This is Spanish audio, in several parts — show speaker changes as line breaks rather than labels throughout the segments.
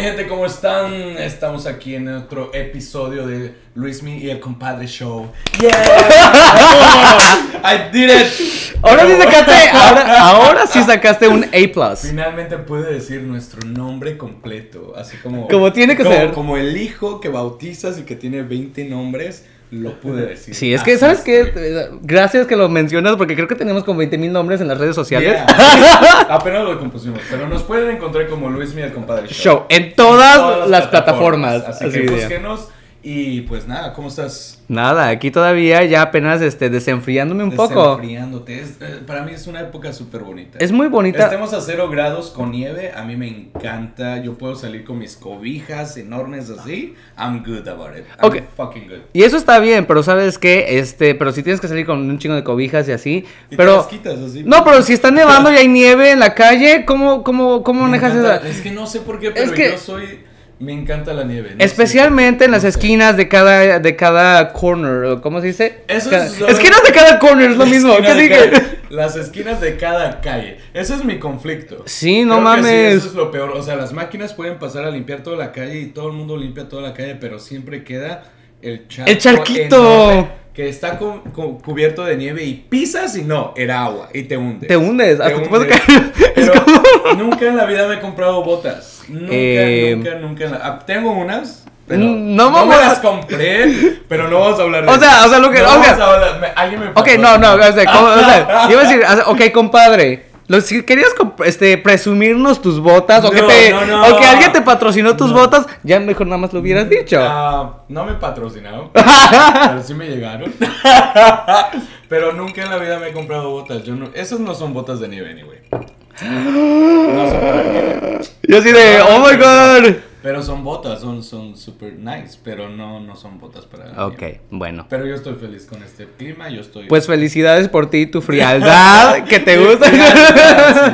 gente, ¿cómo están? Estamos aquí en otro episodio de Luismi y el compadre show. I did it.
Ahora sí
Pero-
sacaste, ahora, ahora sí sacaste un A+.
Finalmente pude decir nuestro nombre completo, así como
Como tiene que
como-
ser.
Como el hijo que bautizas y que tiene 20 nombres, lo pude decir.
Sí, es que,
Así
¿sabes
estoy.
qué? Gracias que lo mencionas porque creo que tenemos como 20 mil nombres en las redes sociales.
Yeah. Apenas lo compusimos, pero nos pueden encontrar como Luismi el compadre show.
Show, en todas, las plataformas.
Así,
Así
que
de-
búsquenos y pues nada, ¿cómo estás?
Nada, aquí todavía ya apenas este, desenfriándome un poco.
Desenfriándote. Es, eh, para mí es una época súper bonita.
Es muy bonita.
Estemos a cero grados con nieve, a mí me encanta. Yo puedo salir con mis cobijas enormes así. I'm good about it. I'm
Ok.
fucking good.
Y eso está bien, pero ¿sabes qué? Este, pero si tienes que salir con un chingo de cobijas y así,
Y te las
pero...
quitas así.
No, pero si está nevando y hay nieve en la calle, ¿cómo, cómo, cómo
Me
manejas
encanta-
esa...?
Es que no sé por qué, pero
Es que-
yo soy. Me encanta la nieve. no sé.
Especialmente en
No
las
sé.
esquinas de cada, de cada corner, ¿o ¿cómo se dice?
Eso
Cada-
es-
esquinas de cada corner es lo
La
mismo,
esquina
¿qué
de
dije?
cada- las esquinas de cada calle. Ese es mi conflicto.
Sí, no
Creo que sí,
mames.
eso es lo peor. O sea, las máquinas pueden pasar a limpiar toda la calle y todo el mundo limpia toda la calle, pero siempre queda el charco.
El charquito.
enorme Que está cu- cu- cubierto de nieve y pisas y no, era agua y te hundes.
Te hundes, hasta te puedes caer.
Pero nunca en la vida me he comprado botas. Nunca,
Eh,
nunca, nunca. en la- ah, Tengo unas, pero
No
no,
vamos
me
a-
las compré, pero no vamos a hablar de
O sea,
eso.
o sea, lo que-
No
ok.
vamos a hablar- me- alguien me
Ok, no, no, o sea, ¿cómo- o sea, iba a decir, o sea, ok, compadre. lo- si querías comp- este, presumirnos tus botas o, que
No,
te,
no, no.
o que alguien te patrocinó tus
No.
botas, ya mejor nada más lo hubieras dicho.
Ah, no me patrocinaron, pero sí me llegaron. pero nunca en la vida me he comprado botas. Yo no- esas no son botas de nieve, anyway. No son para nieve.
Yo así de, oh my god.
Pero son botas, son, son super nice, pero no, no son botas para la
Ok,
nieve.
bueno.
Pero yo estoy feliz con este clima, yo estoy...
Pues felicidades por ti y tu frialdad, que te gusta.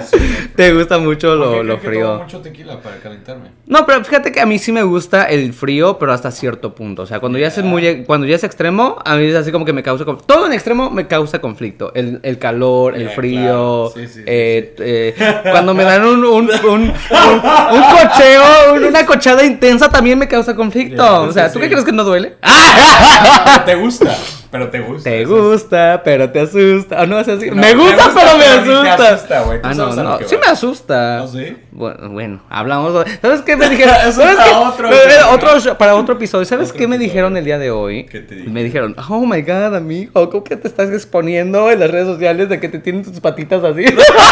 Sí, sí.
te gusta mucho
¿Por qué
lo,
creen
lo
que tomo
frío.
mucho tequila para calentarme.
No, pero fíjate que a mí sí me gusta el frío, pero hasta cierto punto. O sea, cuando ya es muy, cuando ya es extremo, a mí es así como que me causa conf- todo en extremo me causa conflicto. El, el calor, el
Ya,
frío,
Eh, claro. Sí, sí, sí,
eh, eh, cuando me dan un, un, un, un- un cocheo, un- una cochada intensa también me causa conflicto.
Ya,
o sea,
sí,
¿tú
sí.
qué crees que no duele? ¡Ah!
Pero Ah, te gusta, pero te gusta.
Te
eso es-
gusta, pero te asusta. Ah, no es así.
No,
me, gusta, pero me
ni te
asusta.
asusta, güey. Tú
ah, no,
sabes a lo
no.
que
Sí
voy.
me asusta.
¿Ah, sí?
Bueno, bueno, hablamos. ¿Sabes qué me dijeron?
Eso
¿Sabes
para
qué?
otro,
Me- me-
güey.
otro sh- para otro episodio. ¿Sabes
Otro
qué me
episodio.
dijeron el día de hoy?
¿Qué te
Me dijeron, oh my god, amigo, ¿cómo que te estás exponiendo en las redes sociales de que te tienen tus patitas así?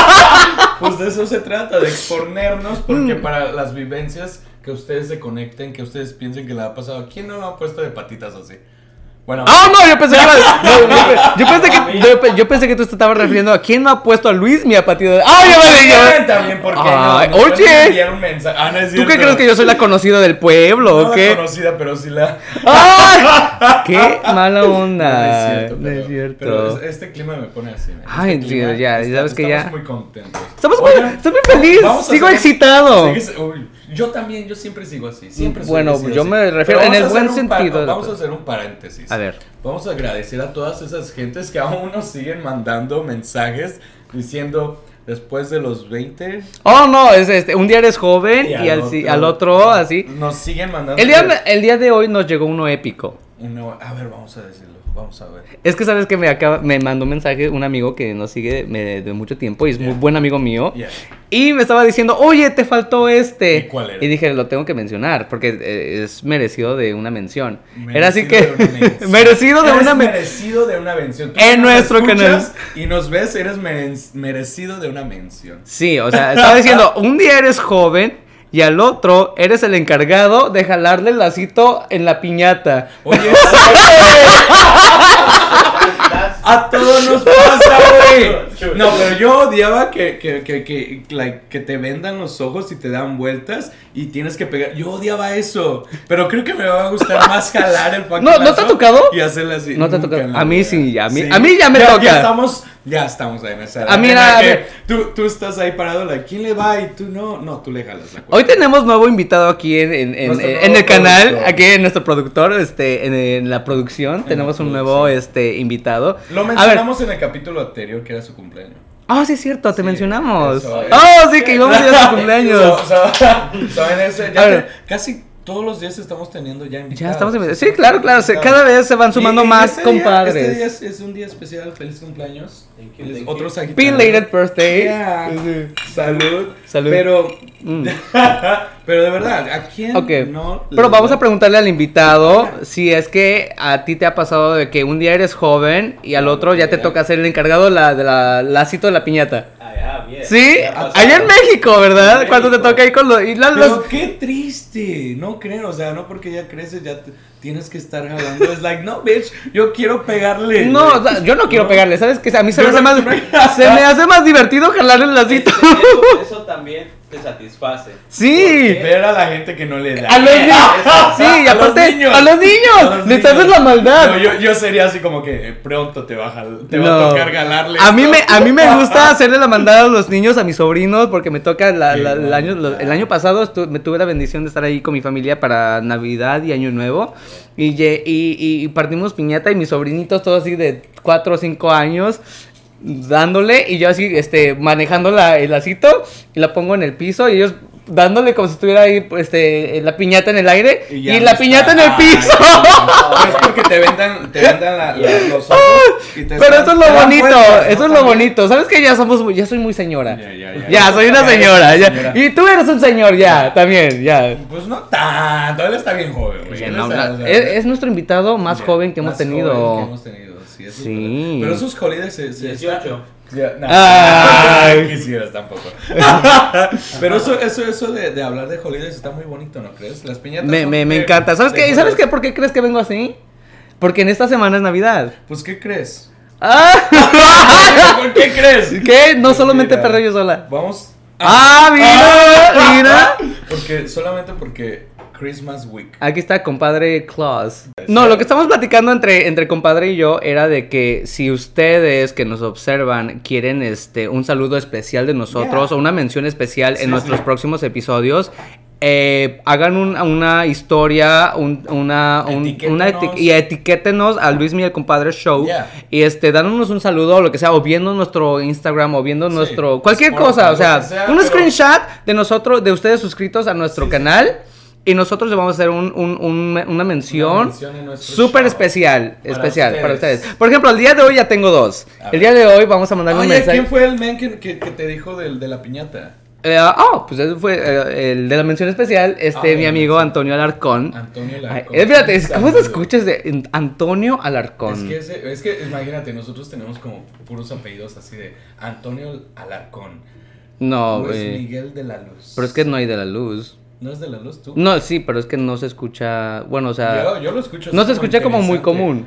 Pues de eso se trata, de exponernos, porque
Mm.
para las vivencias que ustedes se conecten, que ustedes piensen que la ha pasado, ¿quién no ha puesto de patitas así? Bueno,
¡Ah, no! Yo pensé que, iba- no, yo pe- yo pensé que, yo, pe- yo pensé que tú te estabas refiriendo a quién no ha puesto a Luis mi apatito. ¡Ah, ya vale! ya vale!
también, porque
Ay,
no, Nos pueden
oye.
enviar un mensaje. Ah, no es
¿Tú
cierto.
qué crees que yo soy la conocida del pueblo
No
o
la
qué?
conocida, pero sí la.
¡Ay! ¡Qué mala
No
onda!
es cierto.
Ah, No es
pero-
cierto.
Pero es- este clima me pone así. ¿no? Este
Ay, sí,
clima
ya,
está-
sabes que ya-
Estamos muy contentos.
Estamos muy,
Oigan,
estoy muy feliz,
vamos a
sigo
hacer-
excitado.
Sigues- uy, yo también, yo siempre sigo así. Siempre soy
Bueno,
así,
yo
así.
me
Pero
refiero en
vamos
el
a hacer
buen
un par-
sentido de la
Vamos a
cosa.
hacer un paréntesis.
A ver.
Vamos a agradecer a todas esas gentes que aún nos siguen mandando mensajes diciendo después de los 20
Oh, no, es este, un día eres joven y, al, si- al otro así.
Nos siguen mandando.
El día, el día de hoy nos llegó uno épico.
Uno- a ver, vamos a decirlo. Vamos a ver.
Es que sabes que me, acaba, me mandó un mensaje un amigo que nos sigue me- de mucho tiempo y es muy
Ya.
buen amigo mío.
Ya.
Y me estaba diciendo, oye, te faltó este.
¿Y cuál era?
Y dije, lo tengo que mencionar porque eh, es merecido de una mención.
Merecido
era así
de
que.
una mención.
merecido de
Eres
una mención.
merecido de una mención. Tú
En
nos
nuestro canal.
escuchas Y nos ves, eres meren- merecido de una mención.
Sí, o sea, estaba diciendo, un día eres joven y al otro eres el encargado de jalarle el lacito en la piñata.
Oye, a todos nos pasa, güey. No, pero yo odiaba que, que, que, que, like, que te vendan los ojos y te dan vueltas y tienes que pegar. Yo odiaba eso. Pero creo que me va a gustar más jalar el fucking
No, ¿no te ha
lazo
tocado?
Y hacerle así.
No te ha
Nunca
tocado.
en la
A mí
vida.
sí, a mí- a mí ya me toca.
Ya estamos, ya estamos ahí en esa.
A mí
en
era-
la que Tú, tú estás ahí parado, like, ¿quién le va? Y tú no. No, tú le jalas la cuerda.
Hoy tenemos nuevo invitado aquí en, en- en-
Nuestro
en
nuevo
el canal,
productor.
aquí en nuestro productor, este, en, en la producción.
la
tenemos un
producción.
nuevo este, invitado.
Lo
A ver,
mencionamos en el capítulo anterior que era su cumpleaños.
Ah, sí, es cierto, te
Sí,
mencionamos.
eso, eh.
¡Oh, sí, que íbamos a ir a tu cumpleaños!
So- so- so en ese- ya
A ver.
te- casi todos los días estamos teniendo ya invitados.
Ya estamos en... Sí, claro, claro. se-
Invitados.
cada vez se van sumando
Y- y
más
este día-
compadres.
este día es, es un día especial, feliz cumpleaños.
Thank you,
Les-
thank you.
Otros agitadores.
Belated birthday.
Yeah. Salud.
Salud.
Pero,
Mm.
pero de verdad, ¿a quién
Ok.
no? le-
Pero vamos a preguntarle al invitado si es que a ti te ha pasado de que un día eres joven y al otro ya te toca ser el encargado de la, de la lacito de la piñata.
Ah, ya, bien.
Sí,
Ya pasó.
allá en México, ¿verdad?
En
Cuando te
México.
toca ir con los... y la- los-
Pero qué triste, no creen, o sea, no porque ya creces, ya t- tienes que estar jalando. Es like, no, bitch, yo quiero pegarle.
No, o sea, yo no quiero pegarle, ¿sabes? Que a mí se me,
Yo no
hace más,
quiero-
se me hace más divertido jalar el lacito.
Eso, eso también te satisface.
Sí.
Ver a la gente que no le da.
A los niños. Sí, y
A los
aparte, a los niños.
niños. A los
Les haces
niños.
la maldad.
No, yo, yo sería así como que eh, pronto te va a, jal- te va
No.
a tocar galarle.
A mí,
esto.
me, a mí me gusta hacerle la mandada a los niños, a mis sobrinos, porque me toca la-
Sí,
la- el,
no,
año, lo- el año pasado estu- me tuve la bendición de estar ahí con mi familia para Navidad y Año Nuevo. Y, lle- y- y- y partimos piñata y mis sobrinitos, todos así de 4 o 5 años, dándole y yo así este, manejando la, el lacito y la pongo en el piso y ellos dándole como si estuviera ahí pues, este, la piñata en el aire y,
ya
la
no
piñata en
está.
el piso.
Ay, no. es porque te vendan, te vendan la- la- los ojos. y te
Ah, Pero
dan-
eso es
te
lo
dan
bonito,
vueltas, ¿no?
eso es lo
También.
bonito. ¿Sabes que ya somos muy- ya soy muy señora?
Ya,
Ya,
ya, ya.
soy una
Ya eres
señora, ya.
señora.
Y tú eres un señor ya, también, ya.
Pues no tanto, él está bien joven, güey.
Ya,
Él
no,
está-
la-
o sea,
es, es nuestro invitado más
ya,
joven que hemos
más
tenido.
joven que hemos tenido, sí. eso es
Sí.
verdad. Pero esos holidays se... se
18.
Ya, no.
Ay.
No quisieras tampoco. Pero eso, eso, eso de, de hablar de holidays está muy bonito, ¿no crees? Las piñatas
Me,
son
me- me
de-
encanta. ¿Sabes
de
qué? ¿Y sabes qué?
holidays.
¿Por qué crees que vengo así? Porque en esta semana es Navidad.
Pues, ¿qué crees?
Ah,
¿Por qué crees?
¿Qué? No solamente
Mira.
perro yo sola.
Vamos...
Ah, mira, mira.
Porque, solamente porque Christmas Week.
Aquí está compadre Claus. No, lo que estamos platicando entre, entre compadre y yo era de que si ustedes que nos observan quieren este un saludo especial de nosotros
Yeah.
o una mención especial
Sí,
en
sí.
nuestros próximos episodios, eh, hagan un- una historia, un- una, un- una eti-
Etiquétenos.
y etiquétenos a Luis y el compadre show
Yeah.
y este dándonos un saludo o lo que sea o viendo nuestro Instagram o viendo
Sí.
nuestro cualquier
Bueno,
cosa, o
lo
sea,
que sea,
un
pero-
screenshot chat de nosotros, de ustedes suscritos a nuestro canal. Y nosotros le vamos a hacer un- un- un- una
Una
mención
mención en nuestro
súper
show.
especial, especial para
ustedes.
ustedes. Por ejemplo, el día de hoy ya tengo dos.
A
El
ver.
día de hoy vamos a mandarle un
Oye,
mensaje.
¿quién fue el men que, que, que te dijo del, de la piñata?
Eh, oh, pues ese fue eh, el de la mención especial, este
Ah,
mi
la
amigo
mención.
Antonio Alarcón.
Antonio
Ay,
Larcón.
eh, fíjate, es- ¿cómo se
Saludos.
escucha de Antonio Alarcón?
Es que, ese- es que imagínate, nosotros tenemos como puros apellidos así de Antonio Alarcón,
No,
Luis
Ah, güey.
Miguel de la Luz.
Pero es que no hay de la luz.
¿No es de la Luz tú?
No, sí, pero es que no se escucha. Bueno, o sea.
yo, yo lo escucho.
no
así
se escucha como muy
interesante.
común.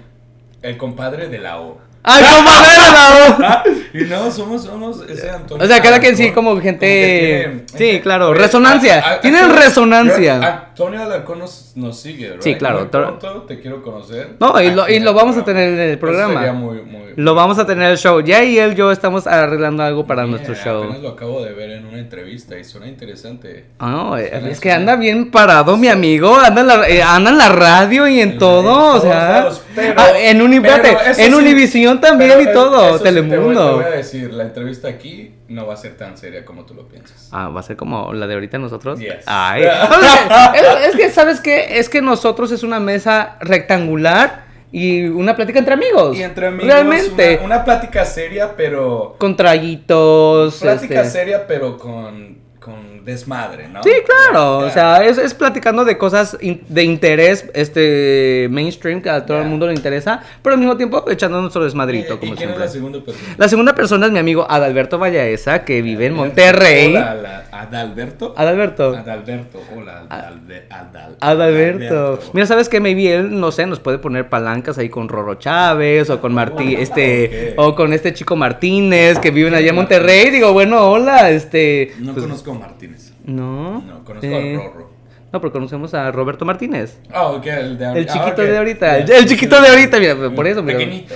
El compadade de la O.
¡Ay, compadre de la O!
Y no, somos, somos ese Antonio.
O sea, cada quien
Alarcón.
sí, como gente-
Como que
sí, claro,
Oye,
resonancia, tienen
yo-
resonancia.
yo- Antonio Alarcón nos, nos sigue, ¿verdad?
Sí, claro,
Muy
to-
pronto te quiero conocer.
No, y lo-
aquí
y
en
lo
el
vamos a tener en el
Eso
programa.
sería muy- muy-
Lo vamos a tener el show. Ya y él, yo estamos arreglando algo para
Mira,
nuestro
eh, Apenas
show.
lo acabo de ver en una entrevista y suena interesante.
Ah, no, eh,
Suena,
es que
suena.
anda bien parado mi amigo, anda en la, eh, anda en la radio y en
En
todo, o
todos
sea,
lados, pero-
ah, en, uni-
pero
espérate,
eso
en
sí,
Univisión también
pero
y
es-
todo,
eso sí, te voy- te
Telemundo.
voy a decir, la entrevista aquí no va a ser tan seria como tú lo piensas.
Ah, va a ser como la de ahorita nosotros.
Yes.
Ay. Oye, es, es que, ¿sabes qué? Es que nosotros es una mesa rectangular y una plática entre amigos.
Y entre amigos,
pues, Realmente.
Una, una plática seria, pero.
Con traguitos.
Plática
este.
seria, pero con, con desmadre, ¿no?
Sí, claro. O
Ya.
sea, es, es platicando de cosas in- de interés este mainstream que a todo el
Ya. Eh,
mundo le interesa, pero al mismo tiempo echando nuestro desmadrito,
¿Y
como
quién es
siempre.
la segunda persona?
La segunda persona es mi amigo Adalberto Vallaesa, que vive en Monterrey.
Hola, la- Adalberto.
Adalberto.
Adalberto. Hola, Adalbe- Adal-
Adalberto. Mira, ¿sabes qué? Maybe él, no sé, nos puede poner palancas ahí con Rorro Chávez o con Martí,
Oh,
este,
ok.
o con este chico Martínez que viven allá en Monterrey. Digo, bueno, hola, este.
No
pues,
conozco a Martínez.
No.
No, conozco
Eh,
a Rorro.
No, pero conocemos a Roberto Martínez.
Ah, ok, el de ahorita.
El
Ah,
chiquito
ok.
de ahorita.
Ya.
El chiquito de ahorita, mira, por eso, mira.
Pequeñito.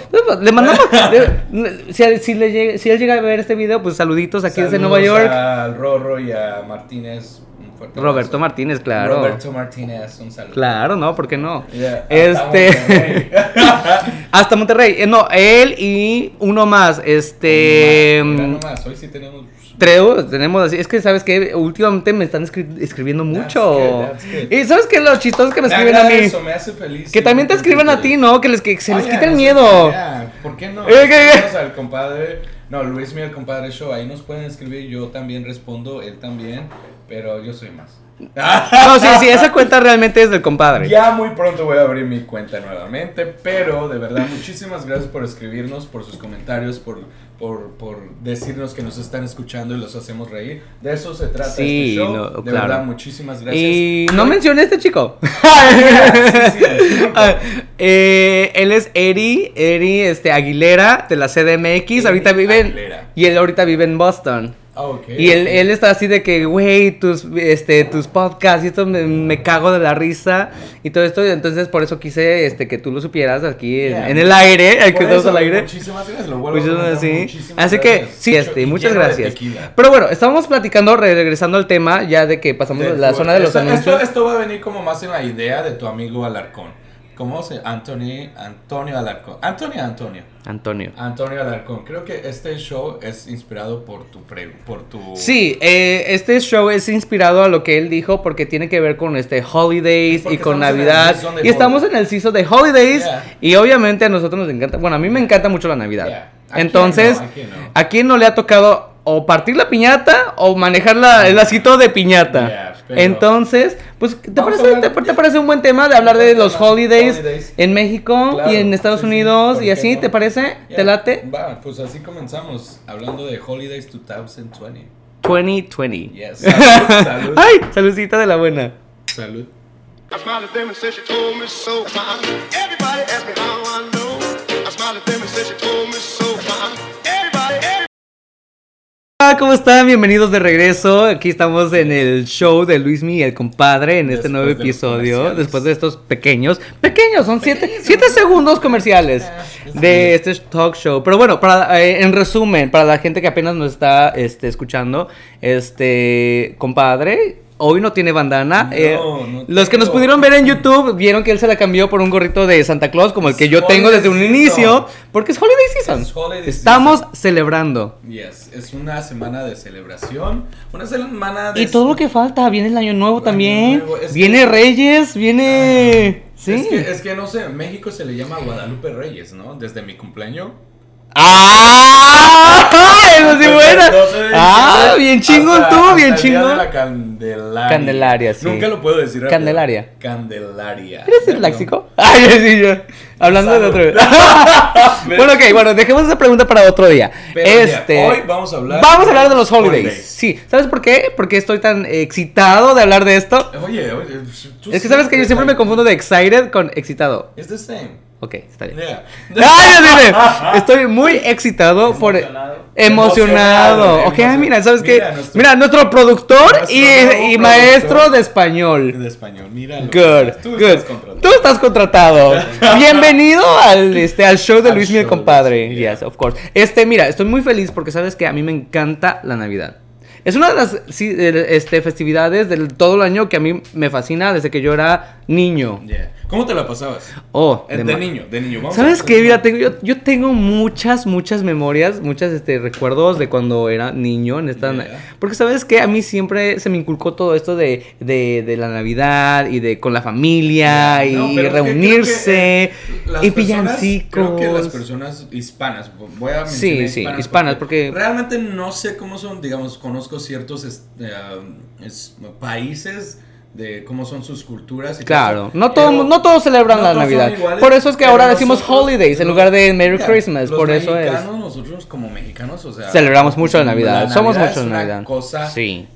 Le mandamos. le- si, si le llega- si él llega a ver este video, pues saluditos aquí desde Nueva
Saludos
York.
Al Rorro y a Martínez. fuerte
Roberto
abrazo.
Martínez, claro.
Roberto Martínez, un saludo. ah,
Claro, no, ¿por qué no?
Yeah, hasta
este. hasta Monterrey. Eh, No, él y uno más. Este.
Mira nomás, hoy sí tenemos.
Treo, tenemos así. Es que, ¿sabes qué? Últimamente me están escri- escribiendo mucho.
good, that's good.
Y ¿sabes qué? Los chistosos que me
Me
escriben a
agrada
mí.
eso, me hace feliz.
Que también te escriban a ti, ¿no? Que, les, que se
Oh,
les
yeah,
quite el
no sé,
miedo.
yeah, ¿Por qué no?
Eh, que-
Escribimos al compadre. No, Luis, mi al compadre show. Ahí nos pueden escribir. Yo también respondo, él también. Pero yo soy más. Ah,
No, sí, sí, esa cuenta realmente es del compadre.
Ya muy pronto voy a abrir mi cuenta nuevamente, pero de verdad muchísimas gracias por escribirnos, por sus comentarios, por, por, por decirnos que nos están escuchando y los hacemos reír. De eso se trata
Sí,
este show.
no,
de
claro.
verdad muchísimas gracias.
Y no mencioné a este chico.
Sí, sí, sí.
Ah, eh, él es Eri, Eri este, Aguilera de la CDMX.
Eri
ahorita vive en-
Aguilera.
y él ahorita vive en Boston.
Ah, ok.
Y él, él está así de que, güey, tus, este, tus podcasts y esto me, me cago de la risa y todo esto. Entonces, por eso quise este, que tú lo supieras aquí en,
Yeah.
en el aire,
Por
al que estamos
eso,
al aire.
Muchísimas gracias, lo vuelvo a
Muchísimas
comentar,
Pues así.
muchísimas
Así que,
gracias.
sí, este,
Y
muchas
lleno de
gracias.
tequila.
Pero bueno, estábamos platicando, re- regresando al tema, ya de que pasamos
Del
la
fuerte.
zona de los
esto,
anuncios.
Esto, esto va a venir como más en la idea de tu amigo Alarcón. ¿Cómo se? Anthony, Antonio Alarcón. Antonio, Antonio.
Antonio.
Antonio Alarcón. Creo que este show es inspirado por tu pre, por tu.
Sí, eh, este show es inspirado a lo que él dijo porque tiene que ver con este Holidays
Porque
y
estamos
con
en el
Navidad.
season de
Y estamos en
holidays.
el season de Holidays
Yeah.
y obviamente a nosotros nos encanta, bueno, a mí me encanta mucho la Navidad.
Yeah. Aquí
Entonces,
no, aquí no.
¿a quién no le ha tocado o partir la piñata o manejar la- el lacito de piñata?
Yeah, pero-
Entonces, pues, ¿te
Vamos a
parece,
hablar-
te- te parece un buen tema de hablar
Un
de
buen
los
tema,
Holidays,
holidays.
en México
Claro,
y en Estados
sí, sí,
Unidos
¿por
y
qué
así?
no?
¿Te parece?
Yeah.
¿Te late?
Va, pues así comenzamos. Hablando de Holidays 2020.
2020.
Yes. Salud, salud.
¡Ay! Saludcita de la buena.
salud.
I smiled at them and said she told me so. Uh-uh. Everybody asked me how I know. I smiled at them and said she told me so. Uh-uh. Everybody, everybody.
Hola, ¿Cómo están? Bienvenidos de regreso. Aquí estamos en el show de Luismi y el compadre en este
Después
nuevo
de los
episodio.
comerciales.
Después de estos pequeños, pequeños, son siete, siete segundos comerciales
Ah,
de este talk show. Pero bueno, para, eh, en resumen, para la gente que apenas nos está este, escuchando, este compadre. Hoy no tiene bandana.
No,
eh,
no
los que nos
tengo.
pudieron ver en YouTube vieron que él se la cambió por un gorrito de Santa Claus, como el que yo
Es
tengo desde un
holiday
inicio,
season.
porque es holiday season.
Es holiday
Estamos celebrando.
Yes. Es una semana de celebración. Una semana de.
Y todo lo que falta, viene el año nuevo
Año
también,
nuevo, es
viene
que-
Reyes, viene... sí.
Es que, es que no sé, en México se le llama Guadalupe Reyes, ¿no? Desde mi cumpleaños.
¡Ah! Eso sí
Desde
buena.
el 12 de diciembre
¡Ah! Bien chingón
hasta-
tú,
hasta
bien
el día de
chingón.
la Candelaria.
Candelaria, sí.
Nunca lo puedo decir rápido.
Candelaria.
Candelaria.
¿Eres
Perdón.
disléxico? Ay, sí, ya. Hablando de
Salud.
otro... bueno, ok, bueno, dejemos esa pregunta para otro día.
Pero ya,
este...
hoy vamos a hablar
Vamos a
de
hablar de los
los
holidays.
holidays.
Sí, ¿sabes por qué? Porque estoy tan excitado de hablar de esto.
Oye, oye. tú
Es que sabes que yo siempre me confundo de excited con excitado.
It's the same.
Ok, está bien.
Yeah.
¡Ay, Dios mío! Estoy muy excitado por.
Emocionado.
Emocionado.
Emocionado,
Ok,
emocionado.
mira, ¿sabes qué?
Mira, nuestro-
Mira, nuestro productor
Nuestro
y,
nuevo
y maestro
productor.
de español.
De español, mira. lo que
Good,
estás- Tú
good.
estás contratado.
Tú estás contratado. Bienvenido al, este, al show de
Al
Luis Mi
show de
compadre.
Luis, yeah.
Yes, of course. Este, mira, estoy muy feliz porque sabes que a mí me encanta la Navidad. Es una de las sí, de- este, festividades del todo el año que a mí me fascina desde que yo era niño.
Yeah. ¿Cómo te la pasabas?
Oh,
Eh, De,
ma-
niño, de niño. Vamos
¿Sabes
a-
qué? Mira, tengo, yo, yo tengo muchas, muchas memorias, muchas este, recuerdos de cuando era niño en esta...
Yeah.
Porque sabes que a mí siempre se me inculcó todo esto de, de, de la Navidad y de con la familia
Yeah. No,
y
pero es que
reunirse
creo que, eh, las
y
personas-
villancicos.
Creo que las personas hispanas, voy a mencionar
Sí, sí, hispanas, porque-
realmente no sé cómo son, digamos, conozco ciertos este, um, es- países de cómo son sus culturas. y
Claro,
todo eso,
no, todo,
pero-
no todos celebran
no
la
todos son
Navidad.
iguales,
por eso es que
pero
ahora decimos
nosotros-
holidays en
los-
lugar de Merry
yeah,
Christmas.
los
Por eso es.
mexicanos, nosotros como mexicanos, o sea,
Celebramos mucho la Navidad. Somos mucho
es
la
una
Navidad.
cosa
sí.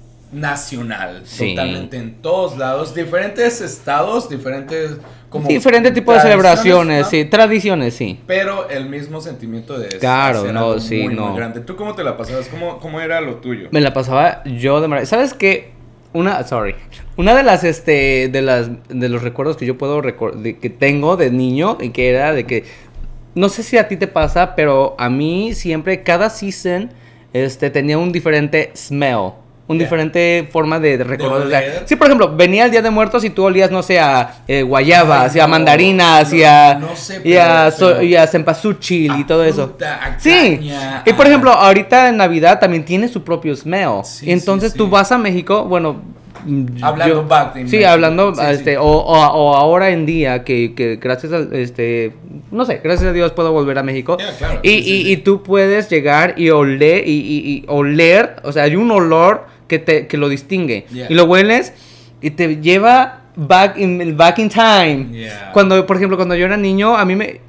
nacional,
Sí.
totalmente en todos lados, diferentes estados, diferentes como
Diferente tipo de celebraciones,
¿no?
sí, tradiciones, sí.
Pero el mismo sentimiento de
Claro,
hacer
no,
algo
sí,
muy, muy
no.
grande. ¿Tú cómo te la pasabas? ¿Cómo, cómo era lo tuyo?
Me la pasaba yo de maravilla. ¿Sabes qué? Una, sorry. Una de las, este, de las, de los recuerdos que yo puedo, recor- de- que tengo de niño y que era de que, no sé si a ti te pasa, pero a mí siempre, cada season, este, tenía un diferente smell. una
Ya.
diferente forma de recordar. o sea,
oler.
sí, por ejemplo, venía el Día de Muertos y tú olías, no sé, a eh, guayaba,
Ay,
hacia
no,
mandarina,
no,
hacia.
no sé,
y, a,
pero-
so-
pero-
y a cempasúchil y
A
todo eso.
fruta, a
sí.
caña, ah.
y por
a-
ejemplo, ahorita en Navidad también tiene su propio smell.
Sí,
Y entonces
sí, sí.
tú vas a México, bueno. mm,
Hablando back in
Sí,
Mexico.
hablando
Sí,
este,
sí.
O, o- o ahora en día que, que gracias a este no sé, gracias a Dios puedo volver a México.
Ya, claro,
y,
sí, sí,
y-
sí.
y tú puedes llegar y oler y, y- y oler, o sea, hay un olor que te que lo distingue.
Yeah.
Y lo hueles y te lleva back in back in time.
Yeah.
Cuando por ejemplo, cuando yo era niño, a mí me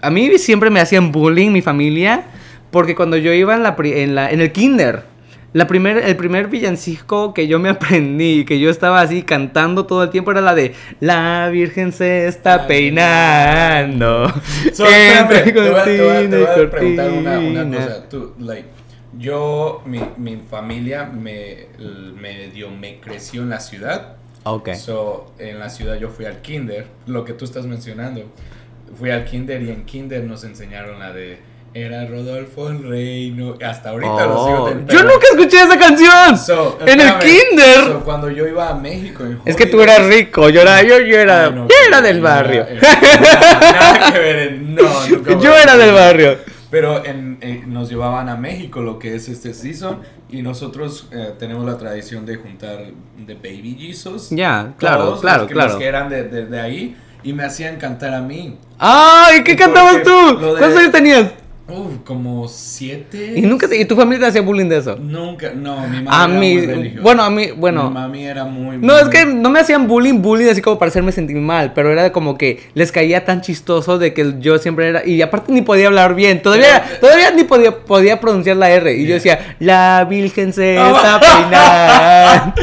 a mí siempre me hacían bullying mi familia porque cuando yo iba en la pri- en la en el kinder la primer, el primer villancico que yo me aprendí, que yo estaba así cantando todo el tiempo, era la de La Virgen se está
La
peinando.
So, espérame, te
Entre
voy a- te voy a- te voy a
cortina y
preguntar una, una
cortina.
cosa. Tú, like, yo, mi, mi familia me, me dio, me creció en la ciudad.
Ok.
So, en la ciudad yo fui al kinder, lo que tú estás mencionando. Fui al kinder y en kinder nos enseñaron la de era Rodolfo el reino. Hasta ahorita lo sigo
Oh,
teniendo.
Yo nunca escuché esa canción.
So,
en el
espérame.
kinder.
So, cuando yo iba a México en
es que tú
holidays-
eras rico, yo era, yo, yo era,
Ay, Ah, no,
yo era del
no,
barrio.
eh, nada, nada que ver, no, nunca voy
yo
a-
era del barrio.
Pero en, eh, nos llevaban a México, lo que es este season, y nosotros eh, tenemos la tradición de juntar de Baby Jesus.
Ya, claro,
Todos
claro,
los que,
claro.
los que eran de, de- de ahí, y me hacían cantar a mí.
¡Ay! ¿Qué
Porque
cantabas tú?
lo de-
¿Cuántos años tenías?
Uf, como siete.
Y nunca te- y tu familia te hacía bullying de eso.
Nunca, no, mi mamá
A
era
mí,
muy religiosa.
bueno, a mí, bueno.
Mi mami era muy...
No,
muy-
es que no me hacían bullying, bullying así como para hacerme sentir mal, pero era como que les caía tan chistoso de que yo siempre era... Y aparte ni podía hablar bien, todavía, todavía ni podía, podía pronunciar la R. Y yo decía, la Virgen se está peinando.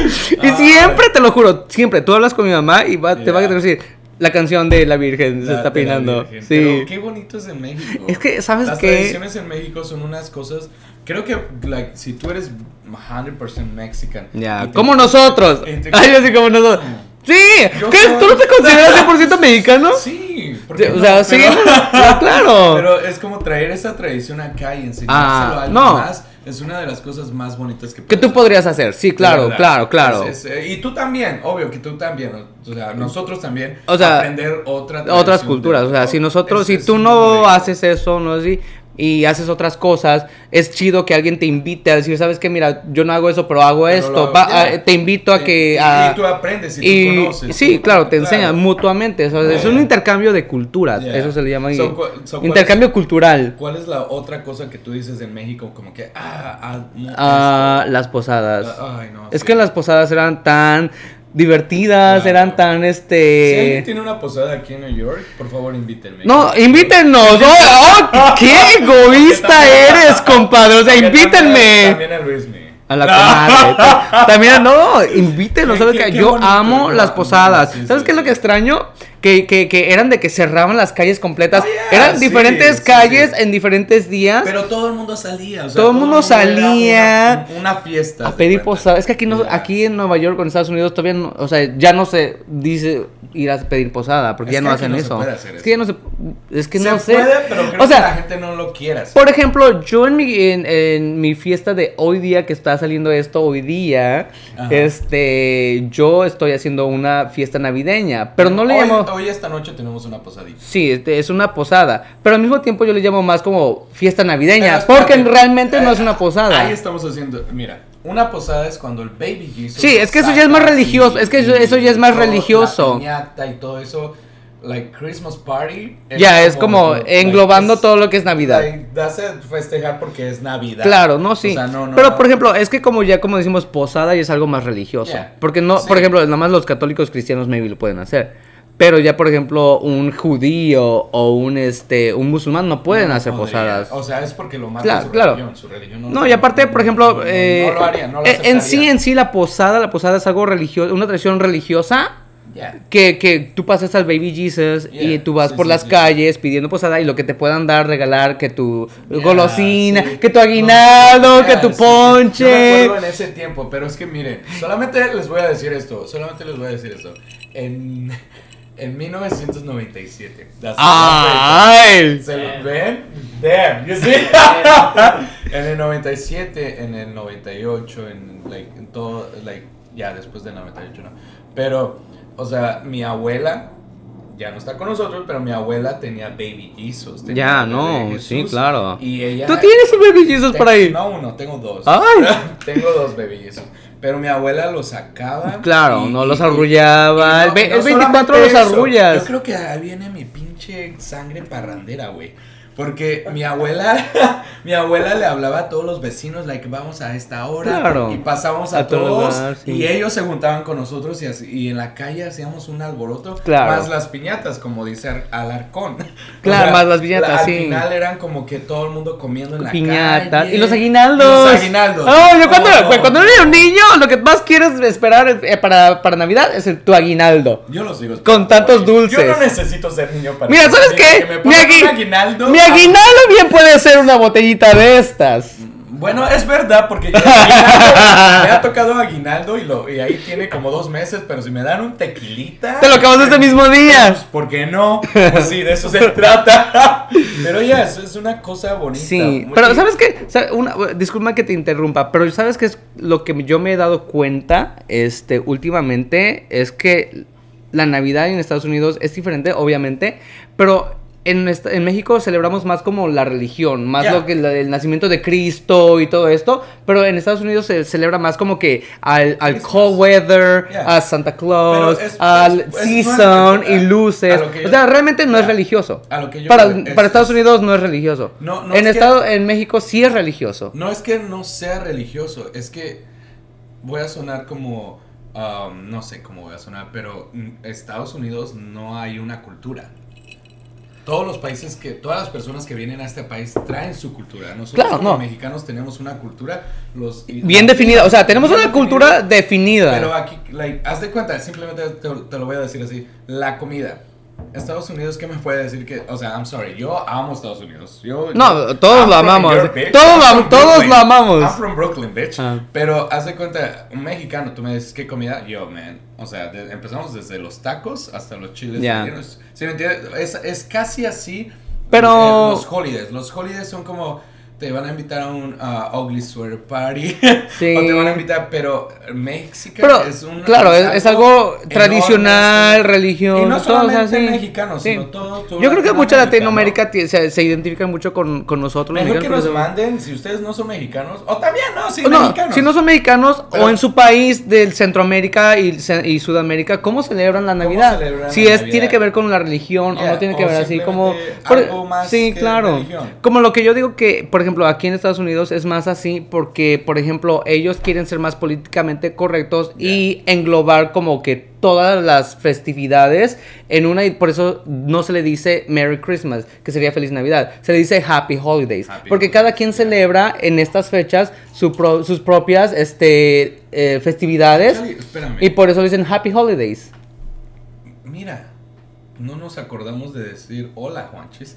y siempre, te lo juro, siempre, tú hablas con mi mamá y va- te va a
Ya.
decir, la canción de la Virgen se
La-
está
de la
peinando.
Virgen.
Sí.
Pero qué bonito es en México.
Es que, ¿sabes
Las
qué?
tradiciones en México son unas cosas. Creo que, like, si tú eres 100% mexican. y
Ya,
te-
como nosotros.
y te-
Ay, así como nosotros. Sí,
Mm. Yo
¿Qué?
soy-
¿tú no te consideras 100% mexicano?
Sí, ¿por qué
O
no?
sea, sí,
Pero-
no, claro.
Pero es como traer esa tradición acá y enseñárselo
Ah,
a alguien
no.
más. Es una de las cosas más bonitas que
Que tú
puedes
podrías hacer, sí,
hacer,
claro,
de verdad.
claro, claro.
Es- es- eh, y tú también, obvio que tú también. O sea, nosotros también.
O sea,
aprender otra
Otras
tradición
culturas,
de-
o sea, si nosotros,
Es-
si
es
tú
un
no
privilegio.
haces eso, no así, y haces otras cosas, es chido que alguien te invite a decir, sabes que mira, yo no hago eso, pero hago
Pero
esto,
lo hago-
Va-
ya.
a- te invito a
Y-
que...
y-
a-
y tú aprendes y,
y-
tú conoces.
sí,
tú-
claro, te enseñan mutuamente, o sea, es un
Yeah.
intercambio de culturas,
Yeah.
eso se le llama
So, cu- so, ¿cuál
intercambio cultural.
¿Cuál es la otra cosa que tú dices en México? Como que, ah, ah, no,
Ah, las posadas.
esto. Ah, ay, no.
es
sí.
que las posadas eran tan divertidas,
Claro.
eran tan
Si alguien
este...
tiene una posada aquí en New York, por favor invítenme.
No, invítenos. Oh, oh, qué egoísta eres, compadre. O sea,
Porque También,
invítenme.
también a Luis me.
A la comadre. Ta- También, no, invítenos.
Qué-
¿Sabes
qué-
qué?
qué
Yo
bonito,
amo
¿no?
las posadas.
Sí, sí,
¿Sabes qué es lo
sí.
que extraño? Que, que, que eran de que cerraban las calles completas.
Oh, yeah,
Eran
sí,
diferentes
sí,
calles
sí.
en diferentes días.
Pero todo el mundo salía. o sea,
Todo el mundo salía
era Una, una fiesta.
A
se
pedir
cuenta.
posadas. Es que aquí no,
Ya.
aquí en Nueva York, en Estados Unidos, todavía no, o sea, ya no se dice ir a pedir posada, porque
Es
ya
que
no
aquí
hacen
no se
eso.
puede hacer
Es que ya no se, es que
se
no sé.
puede, pero creo
o
que la
sea,
gente no lo quiere. hacer.
por ejemplo, yo en mi, en, en mi fiesta de hoy día que está saliendo esto hoy día,
Ajá.
este, yo estoy haciendo una fiesta navideña, pero no le
hoy,
llamo.
Hoy esta noche tenemos una posadita.
Sí, este, es una posada, pero al mismo tiempo yo le llamo más como fiesta navideña,
Pero
porque
espérate,
realmente no
eh,
es una posada.
Ahí estamos haciendo, mira, una posada es cuando el baby Jesus.
Sí, es que eso ya es más
saca
religioso, es que eso- eso ya es más
todo,
religioso.
La piñata y todo eso, like Christmas party.
Ya, es como
like,
englobando
es-
todo lo que es Navidad.
like, hace festejar porque es Navidad.
Claro, no,
O
sí.
sea, no, no,
Pero,
no.
por ejemplo, es que como ya, como decimos, posada ya es algo más religioso.
Yeah.
Porque no, por
Sí.
ejemplo, nada más los católicos cristianos maybe lo pueden hacer. Pero ya, por ejemplo, un judío o un, este, un musulmán no pueden hacer
podría.
posadas.
O sea, es porque lo mata
Claro,
su
claro.
religión. Su religión no,
No,
lo-
y aparte, por
no, no,
ejemplo,
no
eh,
lo haría, no lo
eh, en sí,
aceptaría.
en sí, la posada, la posada es algo religioso, una tradición religiosa
Ya.
que, que tú pasas al Baby Jesus y
Yeah,
tú vas
sí,
por
sí,
las
sí.
calles pidiendo posada y lo que te puedan dar, regalar, que tu
Yeah,
golosina,
sí.
que tu
No, yeah,
aguinaldo, que tu
sí, sí. Yo me
ponche.
acuerdo en ese tiempo, pero es que miren, solamente les voy a decir esto, solamente les voy a decir esto. En, en 1997. that's-
Ah, ¡Ay!
¿Se lo ven? Damn, you see? En el 97, en el 98, en, like, en todo, like, ya después del 98, ¿no? Pero, o sea, mi abuela, ya no está con nosotros, pero mi abuela tenía baby Jesus. tenía
Ya,
un
no,
bebé
sí,
Jesús,
claro.
Y ella...
¿Tú tienes un baby Jesus
Tengo-
por ahí?
No, uno, tengo dos.
Ay.
tengo dos baby Jesus. Pero mi abuela los sacaba.
Claro,
y-
no
y-
los
y-
arrullaba.
y
El ve- el
solamente
24 los
eso.
arrullas.
Yo creo que ahí viene mi pinche sangre parrandera, güey. Porque mi abuela, mi abuela le hablaba a todos los vecinos, like, vamos a esta hora.
Claro.
Y pasábamos a,
A todo
todos.
lugar, sí.
Y ellos se juntaban con nosotros y, así- y en la calle hacíamos un alboroto.
Claro.
Más las piñatas, como dice Ar- Alarcón.
Claro, más las piñatas,
la- al
sí.
final eran como que todo el mundo comiendo en la
Piñatas.
calle.
Y los aguinaldos.
Los aguinaldos.
Oh, yo cuando,
Oh.
cu- cuando era un niño, lo que más quieres esperar eh, para, para Navidad es el- tu aguinaldo.
Yo los digo.
Con tantos dulces.
Yo no necesito ser niño para.
Mira, ¿sabes
Que me
qué? Mi,
pongan
agui-
un aguinaldo. ah.
mi aguinaldo bien puede ser una botellita de estas.
Bueno, es verdad, porque yo aguinaldo- me ha tocado aguinaldo y, lo, y ahí tiene como dos meses, pero si me dan un tequilita.
Te lo acabas este mismo
Pues,
día.
¿Por qué no? Pues sí, de eso se trata. Pero ya, es, es una cosa bonita.
Sí,
Muy-
pero ¿sabes qué? O sea, una- disculpa que te interrumpa, pero ¿sabes qué es lo que yo me he dado cuenta este, últimamente? Es que la Navidad en Estados Unidos es diferente, obviamente, pero en, nuestra- en México celebramos más como la religión, más
Ya.
lo que la- el nacimiento de Cristo y todo esto, pero en Estados Unidos se celebra más como que al, al
Christmas.
cold weather,
Ya.
a Santa Claus,
Pero es-
al
es- es
season
nuestra
y
cultura.
luces.
A lo que yo-
o sea, realmente no es
Ya.
religioso.
A lo que yo
para
voy, es-
para Estados Unidos no es religioso.
No, no,
en
es que-
Estado, en México sí es religioso.
No es que no sea religioso, es que voy a sonar como, um, no sé cómo voy a sonar, pero en Estados Unidos no hay una cultura. Todos los países que, todas las personas que vienen a este país traen su cultura. Nosotros
Claro,
como
no.
mexicanos tenemos una cultura, los...
Bien definida, o sea, tenemos
Bien
una
definida.
cultura definida.
Pero aquí, like, haz de cuenta, simplemente te, te lo voy a decir así, la comida. Estados Unidos, ¿qué me puede decir que, o sea, I'm sorry, yo amo Estados Unidos. Yo,
No,
yo- I'm
todos lo
from New
amamos.
York, bitch.
Todos
I'm
lo am-
from
todos
Brooklyn.
lo amamos.
I'm from Brooklyn, bitch.
Ah.
Pero haz de cuenta, un mexicano, tú me dices, ¿qué comida? Yo, man. O sea, de- empezamos desde los tacos hasta los chiles
Ya.
rellenos. ¿Sí me entiendes? Es, es casi así. eh,
Pero-
los holidays. Los holidays son como. Te van a invitar a un ah, ugly sweater party.
Sí.
o te van a invitar, pero México
Pero,
es un.
claro, es, es algo
enorme,
tradicional,
es un-
religión,
Y no
todo,
solamente
o sea, sí.
mexicanos,
Sí.
sino todo. todo
Yo creo que mucha
latinoamericano.
Latinoamérica ti- se, se identifica mucho con, con nosotros. los
Mejor que
mexicanos,
nos
pero-
manden, si ustedes no son mexicanos, o también no, si
No,
mexicanos.
si no son mexicanos
Pero-
o en su país del Centroamérica y, ce- y Sudamérica, ¿cómo celebran la
¿Cómo
Navidad?
celebran
si
la
es tiene
Navidad?
que ver con la religión o
Yeah,
no tiene
o
que ver así como
simplemente algo más
sí,
que
claro.
religión.
Como lo que yo digo que, por ejemplo, aquí en Estados Unidos es más así porque, por ejemplo, ellos quieren ser más políticamente correctos y englobar como que todas las festividades en una y por eso no se le dice Merry Christmas, que sería Feliz Navidad, se le dice Happy Holidays,
Happy
porque
Holidays,
cada quien
yeah.
celebra en estas fechas su pro- sus propias este, eh, festividades
Charlie, espérame.
y por eso le dicen Happy Holidays.
Mira, no nos acordamos de decir hola, Juanchis.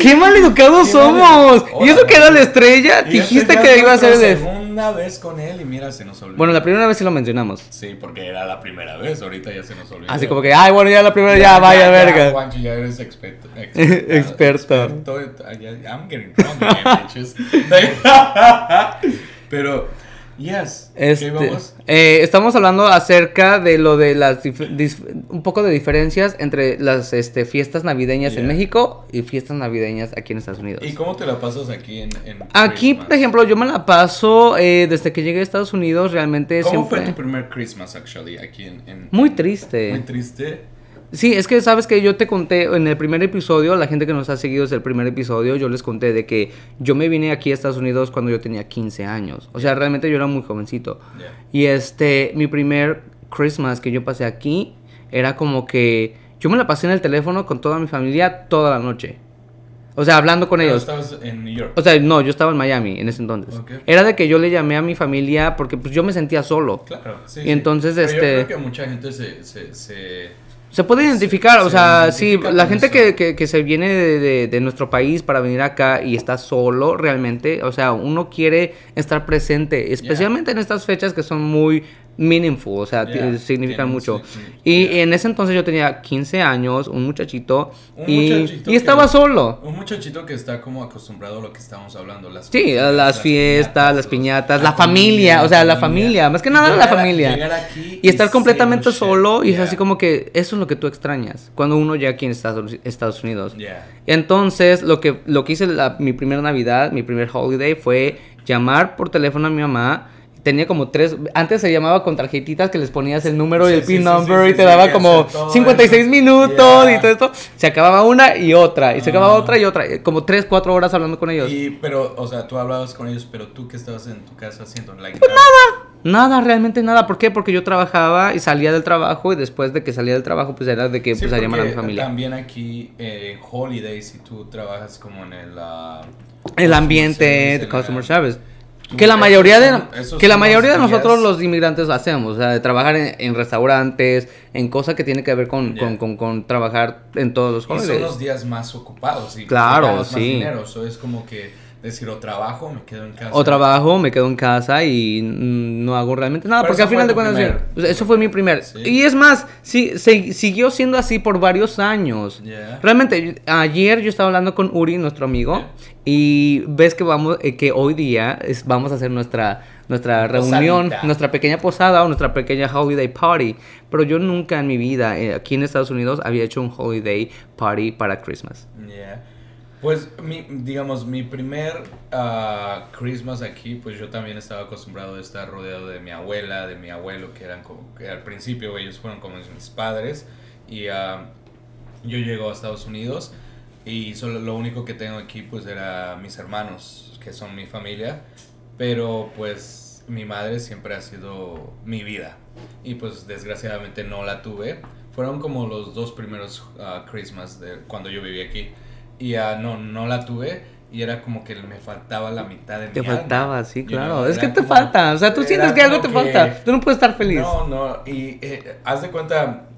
¡Qué maleducados
Qué
somos!
maleducado.
y eso que era la estrella,
Y este
dijiste
ya
que
es
iba a ser
nuestra
de...
segunda vez con él y mira, se nos olvidó.
Bueno, la primera vez sí lo mencionamos.
Sí, porque era la primera vez, ahorita ya se nos olvidó.
Así como que, ay, bueno, ya la primera, ya, vaya verga.
Juancho, ya eres experto.
Experto.
experto en- ah, ya- I'm getting drunk again, bitches. Pero, yes. ¿qué
Este,
íbamos?
eh, estamos hablando acerca de lo de las dif- dif- un poco de diferencias entre las este, fiestas navideñas en
Yeah.
México y fiestas navideñas aquí en Estados Unidos.
¿Y cómo te la pasas aquí en, en
Aquí,
Christmas?
por ejemplo, yo me la paso eh, desde que llegué a Estados Unidos, realmente
¿Cómo
siempre
fue tu primer Christmas, actually, aquí en... en-
muy triste.
Muy triste.
Sí, es que sabes que yo te conté en el primer episodio, la gente que nos ha seguido desde el primer episodio, yo les conté de que yo me vine aquí a Estados Unidos cuando yo tenía 15 años. O sea, realmente yo era muy jovencito.
Yeah.
Y este, mi primer Christmas que yo pasé aquí era como que yo me la pasé en el teléfono con toda mi familia toda la noche. O sea, hablando con
Pero
ellos.
estabas en New York.
O sea, no, yo estaba en Miami en ese entonces.
Ok.
Era de que yo le llamé a mi familia porque pues yo me sentía solo.
Claro, sí.
Y
sí.
entonces,
Pero
este-
Yo creo que mucha gente se. se, se...
Se puede identificar, o
se
sea,
identifica
sí, la
con
gente
eso.
que, que- que se viene de, de- de nuestro país para venir acá y está solo realmente, o sea, uno quiere estar presente, especialmente en estas fechas que son muy meaningful, o sea, ti-
Yeah,
significan
tiene
mucho.
un significado.
Y en ese entonces yo tenía 15 años, un muchachito,
Un
y,
muchachito
y estaba
que-
solo.
Un muchachito que está como acostumbrado a lo que estábamos hablando. Las
Sí, a
fiestas,
las fiestas, las
los-
piñatas, la familia, o sea, la familia, más que nada la
Llegar a-
familia.
llegar aquí
Y estar
ser
completamente
un chef,
solo y es
yeah,
así como que eso es lo que tú extrañas cuando uno ya aquí en Estados, Estados Unidos.
yeah.
Entonces, lo que, lo que hice la- mi primera Navidad, mi primer holiday, fue llamar por teléfono a mi mamá. Tenía como tres. Antes se llamaba con tarjetitas que les ponías el número y
Sí,
el
sí,
PIN
sí,
number
sí,
y
sí,
te
sí,
daba
y
como
hacer todo
56
eso.
minutos y
Ya.
todo esto. Se acababa una y otra, y se acababa
Ah.
otra y otra. eh, Como 3, 4 horas hablando con ellos.
Y, pero, o sea, tú hablabas con ellos, pero tú qué estabas en tu casa haciendo. Like, nada.
Nada, realmente nada. ¿Por qué? Porque yo trabajaba y salía del trabajo y después de que salía del trabajo, pues era de que pues, a llamar a mi familia.
También aquí, eh, Holidays, si tú trabajas como en el. ah,
el ambiente
service,
de
el-
customer service.
Tú-
Que la
esos
mayoría
son-
de
esos
que la
son
mayoría de
los
nosotros
días.
los inmigrantes hacemos, o sea, de trabajar en, en restaurantes, en cosas que tiene que ver con,
Ya.
con, con- con trabajar en todos los
Y son
holidays.
los días más ocupados. Y
Claro,
ganas más
sí.
dinero. So, es como que decir, o trabajo, me quedo en casa.
O trabajo, me quedo en casa y mm, no hago realmente nada,
Pero
porque
eso
al final
fue
de
tu
cuentas
primer-
o sea, eso fue mi primer.
Sí.
Y es más, sí, se- siguió siendo así por varios años.
Ya.
Realmente yo- ayer yo estaba hablando con Uri, nuestro amigo,
Ya.
y ves que vamos eh, que hoy día es- vamos a hacer nuestra nuestra
Posadita.
reunión, nuestra pequeña posada o nuestra pequeña holiday party, pero yo nunca en mi vida eh, aquí en Estados Unidos había hecho un holiday party para Christmas.
Yeah. Pues, mi, digamos, mi primer ah, Christmas aquí, pues yo también estaba acostumbrado a estar rodeado de mi abuela, de mi abuelo, que eran como, que al principio ellos fueron como mis padres, y ah, yo llego a Estados Unidos, y solo lo único que tengo aquí, pues, era mis hermanos, que son mi familia, pero pues mi madre siempre ha sido mi vida, y pues desgraciadamente no la tuve. Fueron como los dos primeros ah, Christmas de cuando yo viví aquí. Y ah, no, no la tuve y era como que me faltaba la mitad de mi
Te
alma.
faltaba, sí,
You
claro.
know,
es
era
que te
como-
falta. O sea, tú
era
sientes que algo te
como
falta. Tú no puedes estar feliz.
No, no. Y eh, haz de cuenta,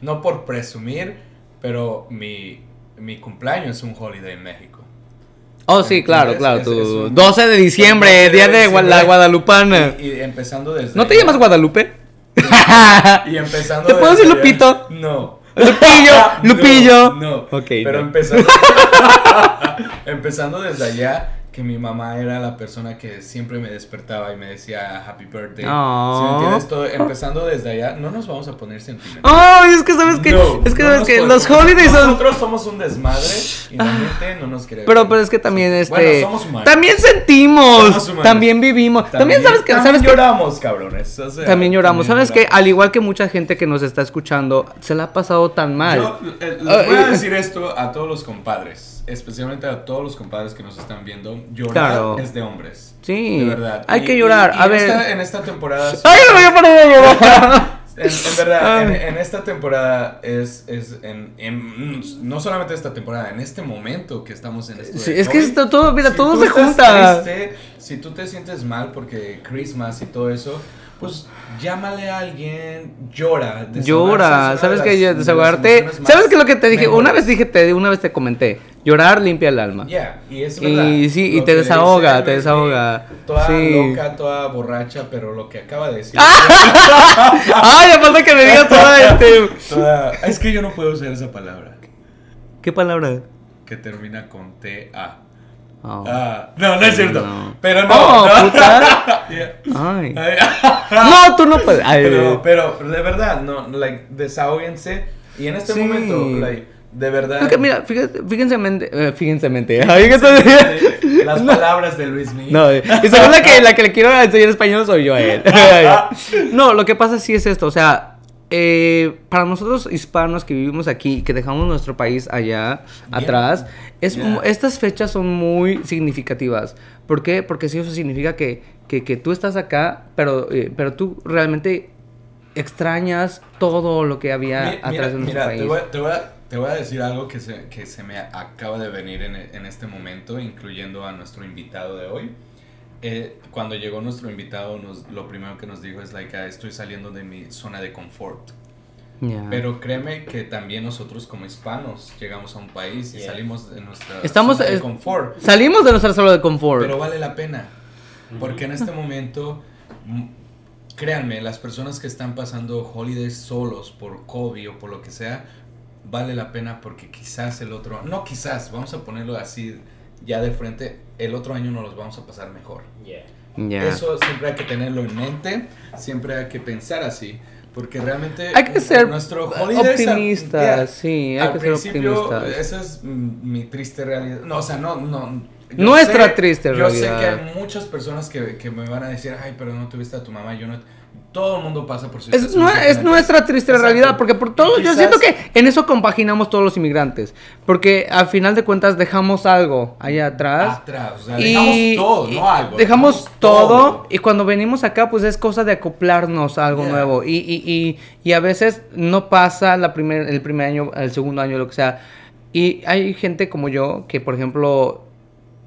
no por presumir, pero mi, mi cumpleaños es un holiday en México.
oh, sí, claro,
¿Entiendes?
claro.
Es-
tú-
es un-
12 de diciembre,
12 de
día de Gua- la
diciembre.
Guadalupana.
Y, y empezando desde...
¿No te llamas Guadalupe?
Y empezando
¿Te puedo
desde-
decir Lupito?
No. Ah,
Lupillo,
No,
Lupillo.
No,
Ok,
Pero
no.
empezando, empezando desde allá, que mi mamá era la persona que siempre me despertaba y me decía happy birthday. ¿Sí me
Aw.
entiendes? Todo- empezando desde allá, no nos vamos a poner sentimentales.
Ay, es que sabes que,
No,
es que
no
sabes
nos
que
podemos-
los holidays son. Ah,
Nosotros somos un desmadre y la gente no nos quiere.
Pero,
ver.
pero es que también este.
Bueno, somos humanos.
También sentimos.
Somos humanos.
También vivimos. También, sabes que
también
sabes que
lloramos, cabrones. o sea,
También lloramos. ¿Sabes que
lloramos.
Al igual que mucha gente que nos está escuchando, se la ha pasado tan mal.
Yo eh,
Ah,
les voy
eh,
a decir esto a todos los compadres, especialmente a todos los compadres que nos están viendo. Llorar
Claro.
es de hombres.
Sí,
De verdad.
hay que llorar, a
en
ver.
esta- en esta temporada.
¡Ay, me voy a poner a llorar!
En, en verdad, en,
Ay.
en esta temporada es, es en, en- no solamente esta temporada, en este momento que estamos en este esto.
Sí,
de
es que
COVID,
esto todo, mira, todo
tú
se
estás
junta.
triste, si tú te sientes mal porque Christmas y todo eso, pues llámale a alguien, llora. desahogarse es una
Llora,
de
sabes
las-
que
de
ya
las
desahogarte.
emociones más
¿Sabes que lo que te dije? Una
mejores.
vez dije, te, una vez te comenté. Llorar limpia el alma.
Yeah, y es
Y
verdad.
sí, y
Lo
te
que
desahoga,
dice
te
Luis
desahoga.
Miguel, Toda
Sí.
loca, toda borracha, pero lo que acaba de decir.
Ah. Ay, aparte que me digas toda este.
Toda- Es que yo no puedo usar esa palabra.
¿Qué palabra?
Que termina con T-A.
Oh.
Ah, no, no es cierto.
No.
Pero no.
Oh,
no.
puta.
Yeah.
Ay.
Ay,
No, tú no puedes. Ay,
pero, pero, de verdad, no, like, desahóguense. Y en este
Sí.
momento, like, de verdad.
Es que mira, fíjate- fíjense mente. eh, fíjense mente. Ay, que estoy-
Las palabras de Luis Miguel.
No, eh, y según la que, la que le quiero enseñar español soy yo a él. no, lo que pasa sí es esto, o sea, eh, para nosotros hispanos que vivimos aquí, que dejamos nuestro país allá
Yeah.
atrás, es,
Yeah.
mu- estas fechas son muy significativas. ¿Por qué? Porque sí, eso significa que, que, que tú estás acá, pero, eh, pero tú realmente extrañas todo lo que había
Mi-
atrás
mira,
de nuestro
mira,
país.
Te voy, a- te voy a, te voy a decir algo que se, que se me acaba de venir en, en este momento, incluyendo a nuestro invitado de hoy. Eh, cuando llegó nuestro invitado, nos, lo primero que nos dijo es, like, "Ah, estoy saliendo de mi zona de confort.
Yeah.
Pero créeme que también nosotros como hispanos llegamos a un país y
Yeah.
salimos de nuestra
Estamos,
zona de
eh,
confort.
Salimos de nuestra zona de confort.
Pero vale la pena. Porque en este momento mm, créanme, las personas que están pasando holidays solos por COVID o por lo que sea, vale la pena porque quizás el otro, no quizás, vamos a ponerlo así ya de frente, el otro año nos los vamos a pasar mejor.
Yeah.
Ya.
Eso siempre hay que tenerlo en mente, siempre hay que pensar así, porque realmente
Hay que ser
holidays al-
optimistas,
yeah,
sí, hay
al
que ser
principio,
optimistas.
Esa es mm, mi triste realidad. No, o sea, no, no. yo
Nuestra triste
Yo sé que
realidad.
hay muchas personas que, que me van a decir, ay, pero no tuviste a tu mamá, yo no. Todo el mundo pasa por su
Es,
situación
nue- es
diferente.
nuestra triste
Exacto.
realidad, porque por todo,
Y
yo
quizás-
siento que en eso compaginamos todos los inmigrantes, porque al final de cuentas dejamos algo allá atrás.
Atrás, o sea,
y-
dejamos todo,
y
no algo.
dejamos todo, y cuando venimos acá pues es cosa de acoplarnos a algo
Yeah.
nuevo y, y- y- y a veces no pasa la primer, el primer año, el segundo año, lo que sea. Y hay gente como yo que por ejemplo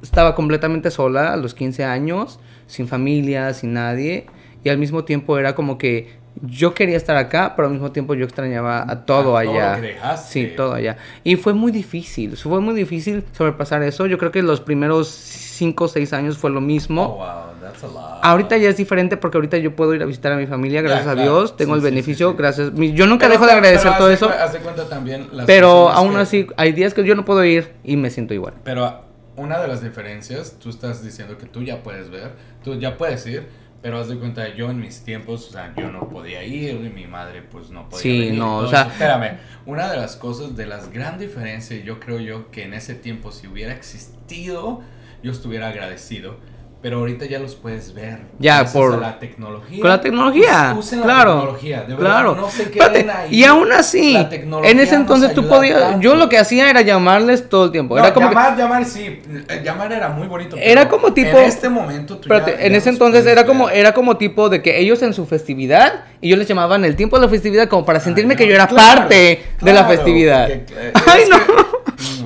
estaba completamente sola a los 15 años, sin familia, sin nadie y al mismo tiempo era como que yo quería estar acá, pero al mismo tiempo yo extrañaba a todo
A todo
allá.
lo que dejaste.
Sí, todo allá. Y fue muy difícil, fue muy difícil sobrepasar eso. Yo creo que los primeros 5 o 6 años fue lo mismo.
Oh, wow, that's a lot.
Ahorita ya es diferente porque ahorita yo puedo ir a visitar a mi familia, gracias a
claro.
Dios,
Sí,
tengo el
sí, sí,
beneficio,
sí.
gracias. mi- Yo nunca
Pero-
dejo de
pero
agradecer
haz
todo
de
eso,
cu- haz de cuenta también las
pero
personas
aún
que-
así hay días que yo no puedo ir y me siento igual.
Pero una de las diferencias, tú estás diciendo que tú ya puedes ver, tú ya puedes ir, pero haz de cuenta, yo en mis tiempos, o sea, yo no podía ir y mi madre pues no podía
Sí,
venir y
no,
todo
o sea-
eso. Espérame, una de las cosas, de las gran diferencias, yo creo yo que en ese tiempo si hubiera existido, yo estuviera agradecido. Pero ahorita ya los puedes ver.
Ya,
gracias
por-
a la tecnología.
Con la tecnología.
Us- Usen la
claro.
tecnología. De verdad,
claro.
no se queden
Espérate,
ahí.
Y aún así,
La tecnología
en ese
nos
entonces tú
ayuda
podías.
tanto.
Yo lo que hacía era llamarles todo el tiempo.
No,
era como que-
llamar, llamar sí, eh, llamar era muy bonito.
Era
pero
como tipo-
En este momento. tú
Espérate,
ya-
en
ya
ese
los
entonces
puedes
era como,
ver.
era como tipo de que ellos en su festividad y yo les llamaban el tiempo de la festividad como para sentirme
no,
que yo era
Ah, claro,
parte de la
claro,
festividad.
porque, eh,
Ay,
es
no.
que-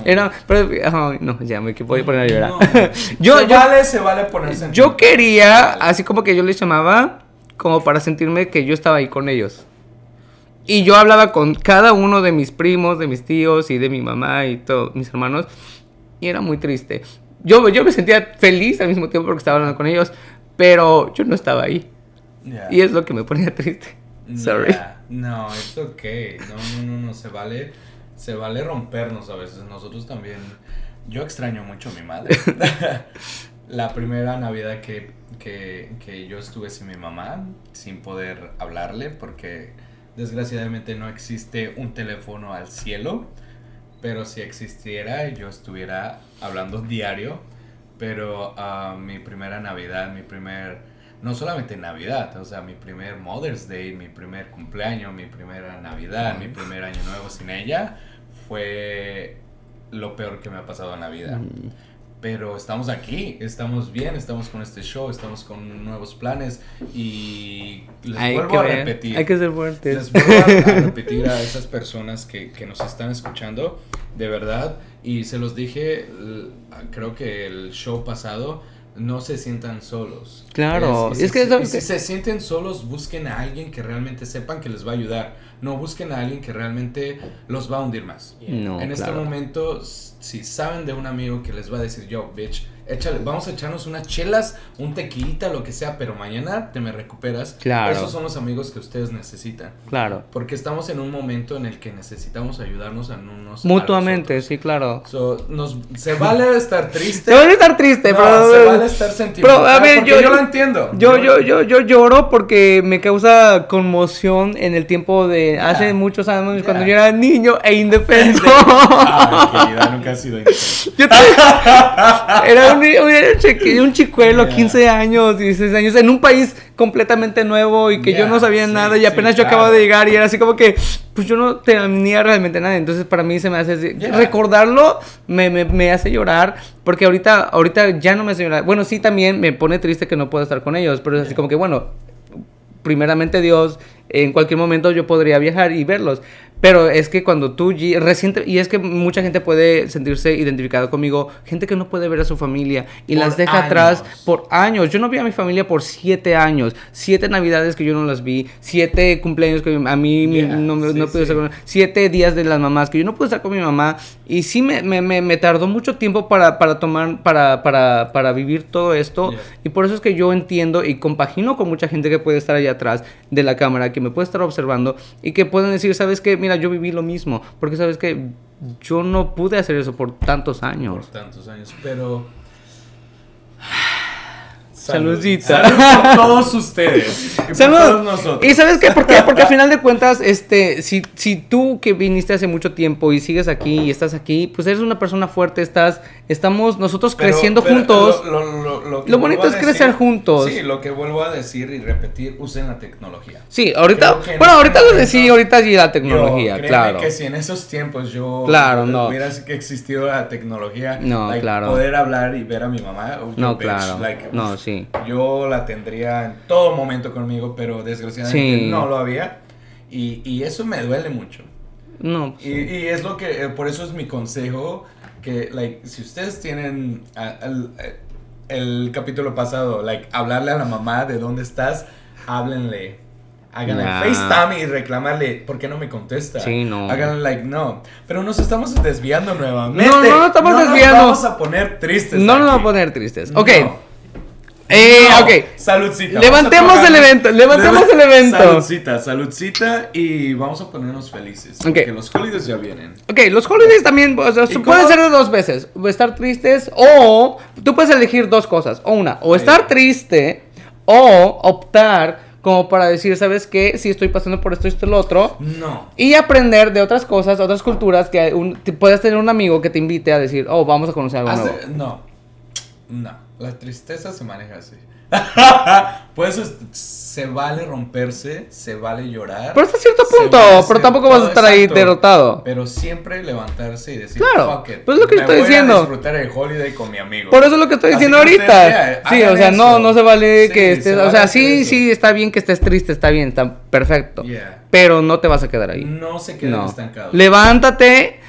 Era, pero, ay, no, ya me que voy a poner a llorar.
No.
yo,
se
yo,
vale, se vale ponerse. en-
yo quería, así como que yo les llamaba como para sentirme que yo estaba ahí con ellos. Y yo hablaba con cada uno de mis primos, de mis tíos y de mi mamá y todos mis hermanos. Y era muy triste. Yo, yo me sentía feliz al mismo tiempo porque estaba hablando con ellos, pero yo no estaba ahí.
Yeah.
Y es lo que me ponía triste. Sorry.
Yeah. No, es ok. No, no, no, no, se vale, se vale rompernos a veces. Nosotros también. Yo extraño mucho a mi madre. la primera Navidad que, que, que yo estuve sin mi mamá, sin poder hablarle, porque desgraciadamente no existe un teléfono al cielo. Pero si existiera, yo estuviera hablando diario. Pero ah, mi primera Navidad, mi primer. No solamente Navidad, o sea, mi primer Mother's Day, mi primer cumpleaños, mi primera Navidad, mi primer Año Nuevo sin ella, fue lo peor que me ha pasado en la vida.
Mm.
Pero estamos aquí, estamos bien, estamos con este show, estamos con nuevos planes y les
Hay
vuelvo
que,
a
ver,
repetir.
hay que ser fuertes.
Les vuelvo a, a repetir a esas personas que, que nos están escuchando, de verdad, y se los dije, l- creo que el show pasado, no se sientan solos.
Claro,
y si
es que
se-
eso-
y si se sienten solos, busquen a alguien que realmente sepan que les va a ayudar. No busquen a alguien que realmente los va a hundir más.
No,
en este
claro.
momento, s- si saben de un amigo que les va a decir, yo, bitch, échale, vamos a echarnos unas chelas, un tequilita, lo que sea, pero mañana te me recuperas.
Claro.
Esos son los amigos que ustedes necesitan.
Claro.
Porque estamos en un momento en el que necesitamos ayudarnos a unos a
Mutuamente, sí, claro.
los otros. So, nos, se vale estar triste.
Te van a estar triste,
No,
pero...
se vale estar sentimental.
Pero, a ver,
porque
yo-
yo, lo entiendo.
Yo, yo, yo, yo lloro porque me causa conmoción en el tiempo de hace muchos años
Ah. Ya. Ah,
cuando yo era niño e indefenso.
Ay, querida, nunca ha sido intenso.
Yo te- era un, ni- era un chiqui- un chicuelo,
Ya.
15 años, 16 años, en un país completamente nuevo y que yo
Ya,
no sabía
sí,
nada y
sí,
apenas yo
claro.
acababa de llegar y era así como que, pues yo no tenía realmente nada. Entonces para mí se me hace... así-
Ya.
Recordarlo me, me- me hace llorar porque ahorita, ahorita ya no me hace llorar. Bueno, sí también me pone triste que no pueda estar con ellos, pero es así como que, bueno, primeramente Dios, en cualquier momento yo podría viajar y verlos. Pero es que cuando tú ye- reciente y es que mucha gente puede sentirse identificada conmigo, gente que no puede ver a su familia y
Por
las deja
años.
atrás por años. Yo no vi a mi familia por siete años, siete navidades que yo no las vi, siete cumpleaños que a mí mi-
Yeah,
no, me-
sí,
no pude
sí.
estar con- siete días de las mamás que yo no pude estar con mi mamá y sí me, me- me- me tardó mucho tiempo para, para tomar para, para, para vivir todo esto
Yeah.
y por eso es que yo entiendo y compagino con mucha gente que puede estar allá atrás de la cámara, que me puede estar observando y que pueden decir, sabes qué, mira, yo viví lo mismo, porque sabes que yo no pude hacer eso por tantos
Por
años.
tantos años, pero.
Saludcita.
Salud por todos ustedes. y por
Salud.
todos nosotros.
Y sabes qué, ¿por qué? Porque al final de cuentas, este, si, si tú que viniste hace mucho tiempo y sigues aquí y estás aquí, pues eres una persona fuerte, estás, estamos nosotros
Pero-
creciendo
pero
juntos.
Lo, lo- lo- lo que
Lo bonito
vuelvo a
es crecer
decir-
juntos.
Sí, lo que vuelvo a decir y repetir, usen la tecnología.
Sí, ahorita,
Creo que en
bueno,
este
ahorita lo
momento-
decía, ahorita sí la
Yo,
tecnología,
créeme
claro.
que si en esos tiempos yo
Claro, no.
hubiera existido la tecnología,
No,
like,
claro.
poder hablar y ver a mi mamá, oh,
No,
yo, bitch,
claro.
like,
No,
uf,
sí.
yo la tendría en todo momento conmigo, pero desgraciadamente
Sí.
no lo había y, y eso me duele mucho.
No,
Y, y es lo que, eh, por eso es mi consejo, que, like, si ustedes tienen ah, el, eh, el capítulo pasado, like, hablarle a la mamá de dónde estás, háblenle. Háganle
Nah.
FaceTime y reclamarle, ¿por qué no me contesta?
Sí, no.
Háganle like, no. Pero nos estamos desviando nuevamente.
No, no nos estamos desviando.
Nos vamos a poner tristes.
no nos va
aquí.
a poner tristes. Ok.
No.
Eh,
No.
ok.
Saludcita.
Levantemos
Vamos a
el evento, levantemos el evento.
Saludcita, saludcita y vamos a ponernos felices.
Ok.
Porque los holidays ya vienen.
Ok, los holidays también o sea,
¿Y
pueden
cómo?
ser de dos veces. o Estar tristes o tú puedes elegir dos cosas. O una, o estar triste o optar como para decir, ¿sabes qué? Si estoy pasando por esto, esto, lo otro.
No.
Y aprender de otras cosas, otras culturas, que un- te- puedas tener un amigo que te invite a decir, oh, vamos a conocer algo
Hace-
nuevo.
no. No. La tristeza se maneja así. Por eso es- se vale romperse, se vale llorar.
Pero hasta cierto
se
punto,
vale
pero
ser-
tampoco vas a
no,
estar ahí
exacto.
derrotado.
Pero siempre levantarse y decir,
Claro,
fuck it,
pues es lo que
me
estoy
voy a
diciendo.
disfrutar el holiday con mi amigo.
Por eso es lo que estoy
Así
diciendo
ustedes,
ahorita.
mira,
sí,
eh, hagan
o sea, no,
eso.
no se vale
Sí,
que estés.
se
o
vale
sea,
hacer
sí,
eso.
sí, está bien que estés triste, está bien, está perfecto.
Yeah.
Pero no te vas a quedar ahí.
No se queden
No.
estancados.
Levántate,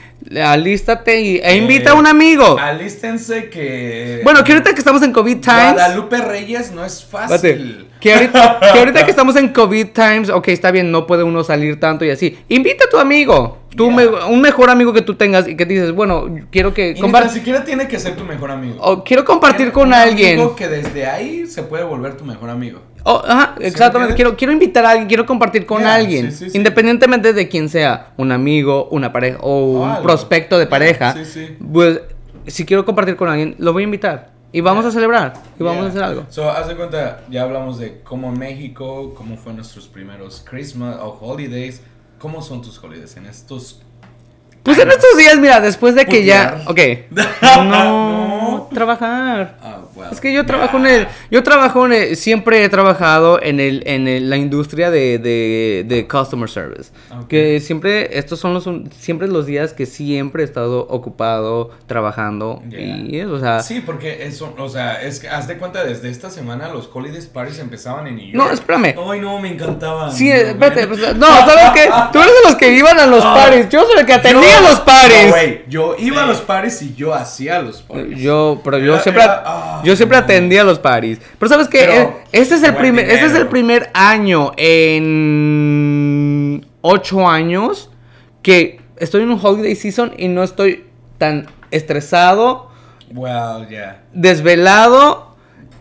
alístate y, e invita a un amigo.
Alístense que.
Bueno, que ahorita que estamos en COVID times.
Guadalupe Reyes no es
Espérate,
fácil.
Que ahorita, que ahorita que estamos en COVID times, ok, está bien, no puede uno salir tanto y así. Invita a tu amigo, tu
Yeah.
me- un mejor amigo que tú tengas y que dices, bueno, quiero que
Y ni
compartas.
tan siquiera tiene que ser tu mejor amigo.
O quiero compartir
Un
con alguien.
Amigo que desde ahí se puede volver tu mejor amigo.
Oh, ajá,
me
exactamente.
entiendes?
Quiero, quiero invitar a alguien, quiero compartir con
Yeah,
alguien.
sí, sí, sí.
Independientemente de quién sea, un amigo, una pareja o
O
un
algo.
prospecto de
Yeah,
pareja.
sí, sí.
Pues si quiero compartir con alguien, lo voy a invitar. Y vamos
Yeah.
a celebrar. Y vamos a
Yeah.
hacer algo.
So, haz de cuenta, ya hablamos de cómo en México, cómo fueron nuestros primeros Christmas o holidays. ¿Cómo son tus holidays en estos?
Pues en estos días, mira, después de que ya. Ok.
Putear.
No,
No.
trabajar.
Ah, wow.
Es que yo trabajo en el, yo trabajo en el- siempre he trabajado en el, en el- la industria de, de, de customer service.
Ok.
Que siempre, estos son los, un- siempre los días que siempre he estado ocupado trabajando y eso, o sea.
Sí, porque eso, o sea, es que haz de cuenta desde esta semana los holidays parties empezaban en New York.
No, espérame.
Ay, no, me encantaban.
Sí,
No,
espérate,
man.
pues, no, ¿sabes qué? Tú eres de los que iban a los
Ah.
pares, yo soy el que atendía
Yo-
pues, los pares.
No, güey, yo iba a los pares y yo hacía los pares.
Yo, pero yo
Era-
siempre,
era- ah,
yo siempre
no.
atendía los parties. Pero sabes que
Pero,
este es el
buen
primer, este es el
dinero.
primer año en ocho años que estoy en un holiday season y no estoy tan estresado,
Well, yeah.
desvelado,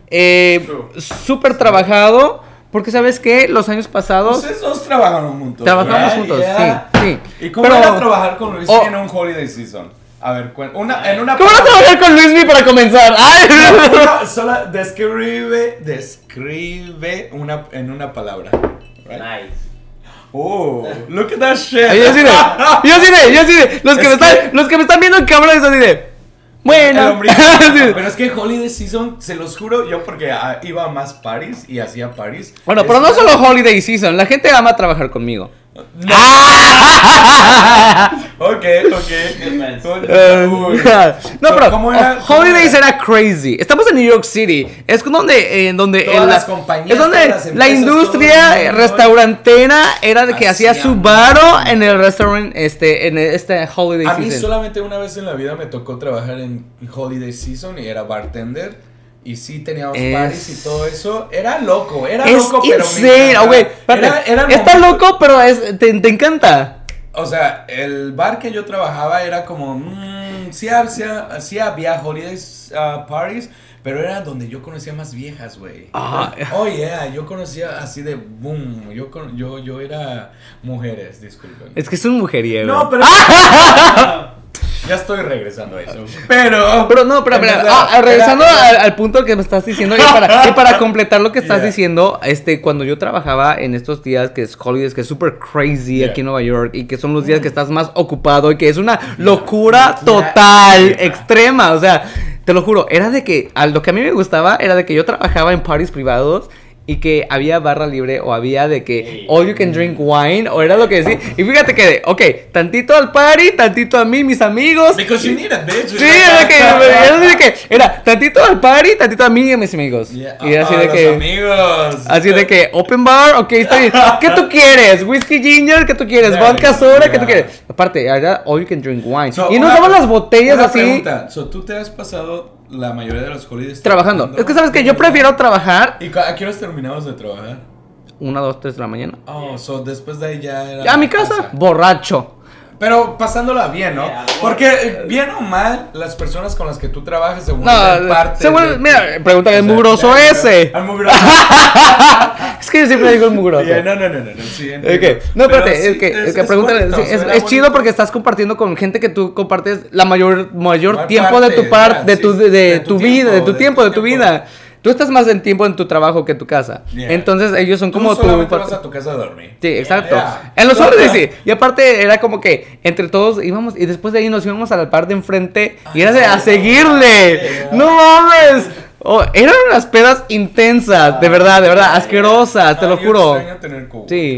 eh,
True.
súper trabajado, porque sabes que los años pasados
Ustedes dos Pues trabajaron juntos.
trabajamos
¿verdad?
juntos,
Yeah.
sí, sí.
¿Y cómo era trabajar con Luis
Oh.
en un holiday season? A ver, cuen- una, en una.
¿Cómo no trabajar con Luismi para comenzar? ¡Ay!
Una sola- describe, describe una, en una palabra. Right?
Nice.
Oh, look at that shit.
Yo sí de, yo sí de, yo sí de. Los que,
Es
me están,
que-
los que me están viendo en cámara es así de.
El
Bueno.
hombre-
Así de,
pero es que Holiday Season, se los juro, yo porque ah, iba a más parties y hacía parties.
bueno,
Es
pero no
una-
solo holiday season, la gente ama trabajar conmigo. Ah.
Ok, ok.
Hermes.
Uy,
Eh, no, pero
¿Cómo era?
oh, Holidays
¿Cómo
era crazy. Estamos en New York City. Es donde, en donde
Todas
en
las compañías,
es donde
todas las
la
empresas, todo el
industria
mundo.
restaurantera era de que hacía
Hacía
su baro en el restaurante este en este Holiday
A mí
Season.
solamente una vez en la vida me tocó trabajar en Holiday Season y era bartender. Y sí teníamos
Es-
parties y todo eso. Era loco, era
es
loco, pero me
insane,
encantaba.
oh, güey, espérate.
Era- eran
Está
momentos-
loco, pero es, te, te encanta.
O sea, el bar que yo trabajaba era como. Mmm, sí, ha- sí ha- sí había holidays ah, parties, pero era donde yo conocía más viejas, güey.
Ah.
Oh, yeah, yo conocía así de boom. Yo, con- yo, yo era mujeres, disculpen.
Es que es un mujeriego.
No, pero. ya estoy regresando a eso. Pero.
Pero no, pero,
en
pero,
verdad,
ah, ah,
era-
regresando
era-
al, al punto que me estás diciendo, y para, y para completar lo que estás
Yeah.
diciendo, este, cuando yo trabajaba en estos días que es holidays, que es super crazy
Yeah. Mm.
aquí en Nueva York, y que son los días que estás más ocupado, y que es una locura
Locura
total,
extrema.
extrema, o sea, te lo juro, era de que, a lo que a mí me gustaba era de que yo trabajaba en parties privados, y que había barra libre o había de que
Ey.
all you can drink wine o era lo que decía. Y fíjate que, ok, tantito al party, tantito a mí, mis amigos.
Because you need a bitch.
Sí, era que, era así de que era tantito al party, tantito a mí y a mis amigos.
Yeah,
y era así
ah,
de
los
que
Amigos.
así de que open bar, ok, está bien. ¿Qué tú quieres? Whisky ginger, ¿qué tú quieres?
Yeah,
Vodka soda, ¿qué tú
yeah.
quieres? Aparte, era all you can drink wine.
So,
y nos
una-
daban las botellas
una
así
Pregunta. So, ¿Tú te has pasado la mayoría de los holidays
trabajando. Es que sabes que yo prefiero trabajar
¿Y cu- a qué horas terminamos de trabajar?
una, dos, tres de la mañana.
Oh, so después de ahí ya era.
A mi casa, borracho.
Pero pasándola bien, ¿no?
Yeah,
Porque eh, bien o mal, las personas con las que tú trabajas se vuelven
No,
parte.
según,
de-
mira, pregúntale
O
al
sea,
mugroso
ya,
ese.
Al mugroso.
Es que yo siempre digo el mugroso.
Yeah, no, no, no, no, no, sí,
Es
entiendo.
que, no,
Pero
espérate,
sí,
es que, es que
es
pregúntale,
bonito,
sí,
o sea,
es,
era
es chido
bonito.
porque estás compartiendo con gente que tú compartes la mayor, mayor
Mayor
tiempo de
parte,
tu par,
ya,
de
sí,
tu, de, de
de
tu
tu
vida, de
tiempo,
tu tiempo, de tu vida. Tú estás más en tiempo en tu trabajo que en tu casa.
Yeah.
Entonces ellos son
Tú
como tu...
solamente
par-
vas a tu casa a dormir.
Sí, exacto.
Yeah.
En los
No,
hombres
no.
sí. Y aparte era como que entre todos íbamos y después de ahí nos íbamos a la par de enfrente y era de a seguirle.
Yeah.
No mames. Oh, eran unas pedas intensas, de verdad, de verdad, asquerosas, te
Ah,
lo
yo
juro.
extraño tener
Sí,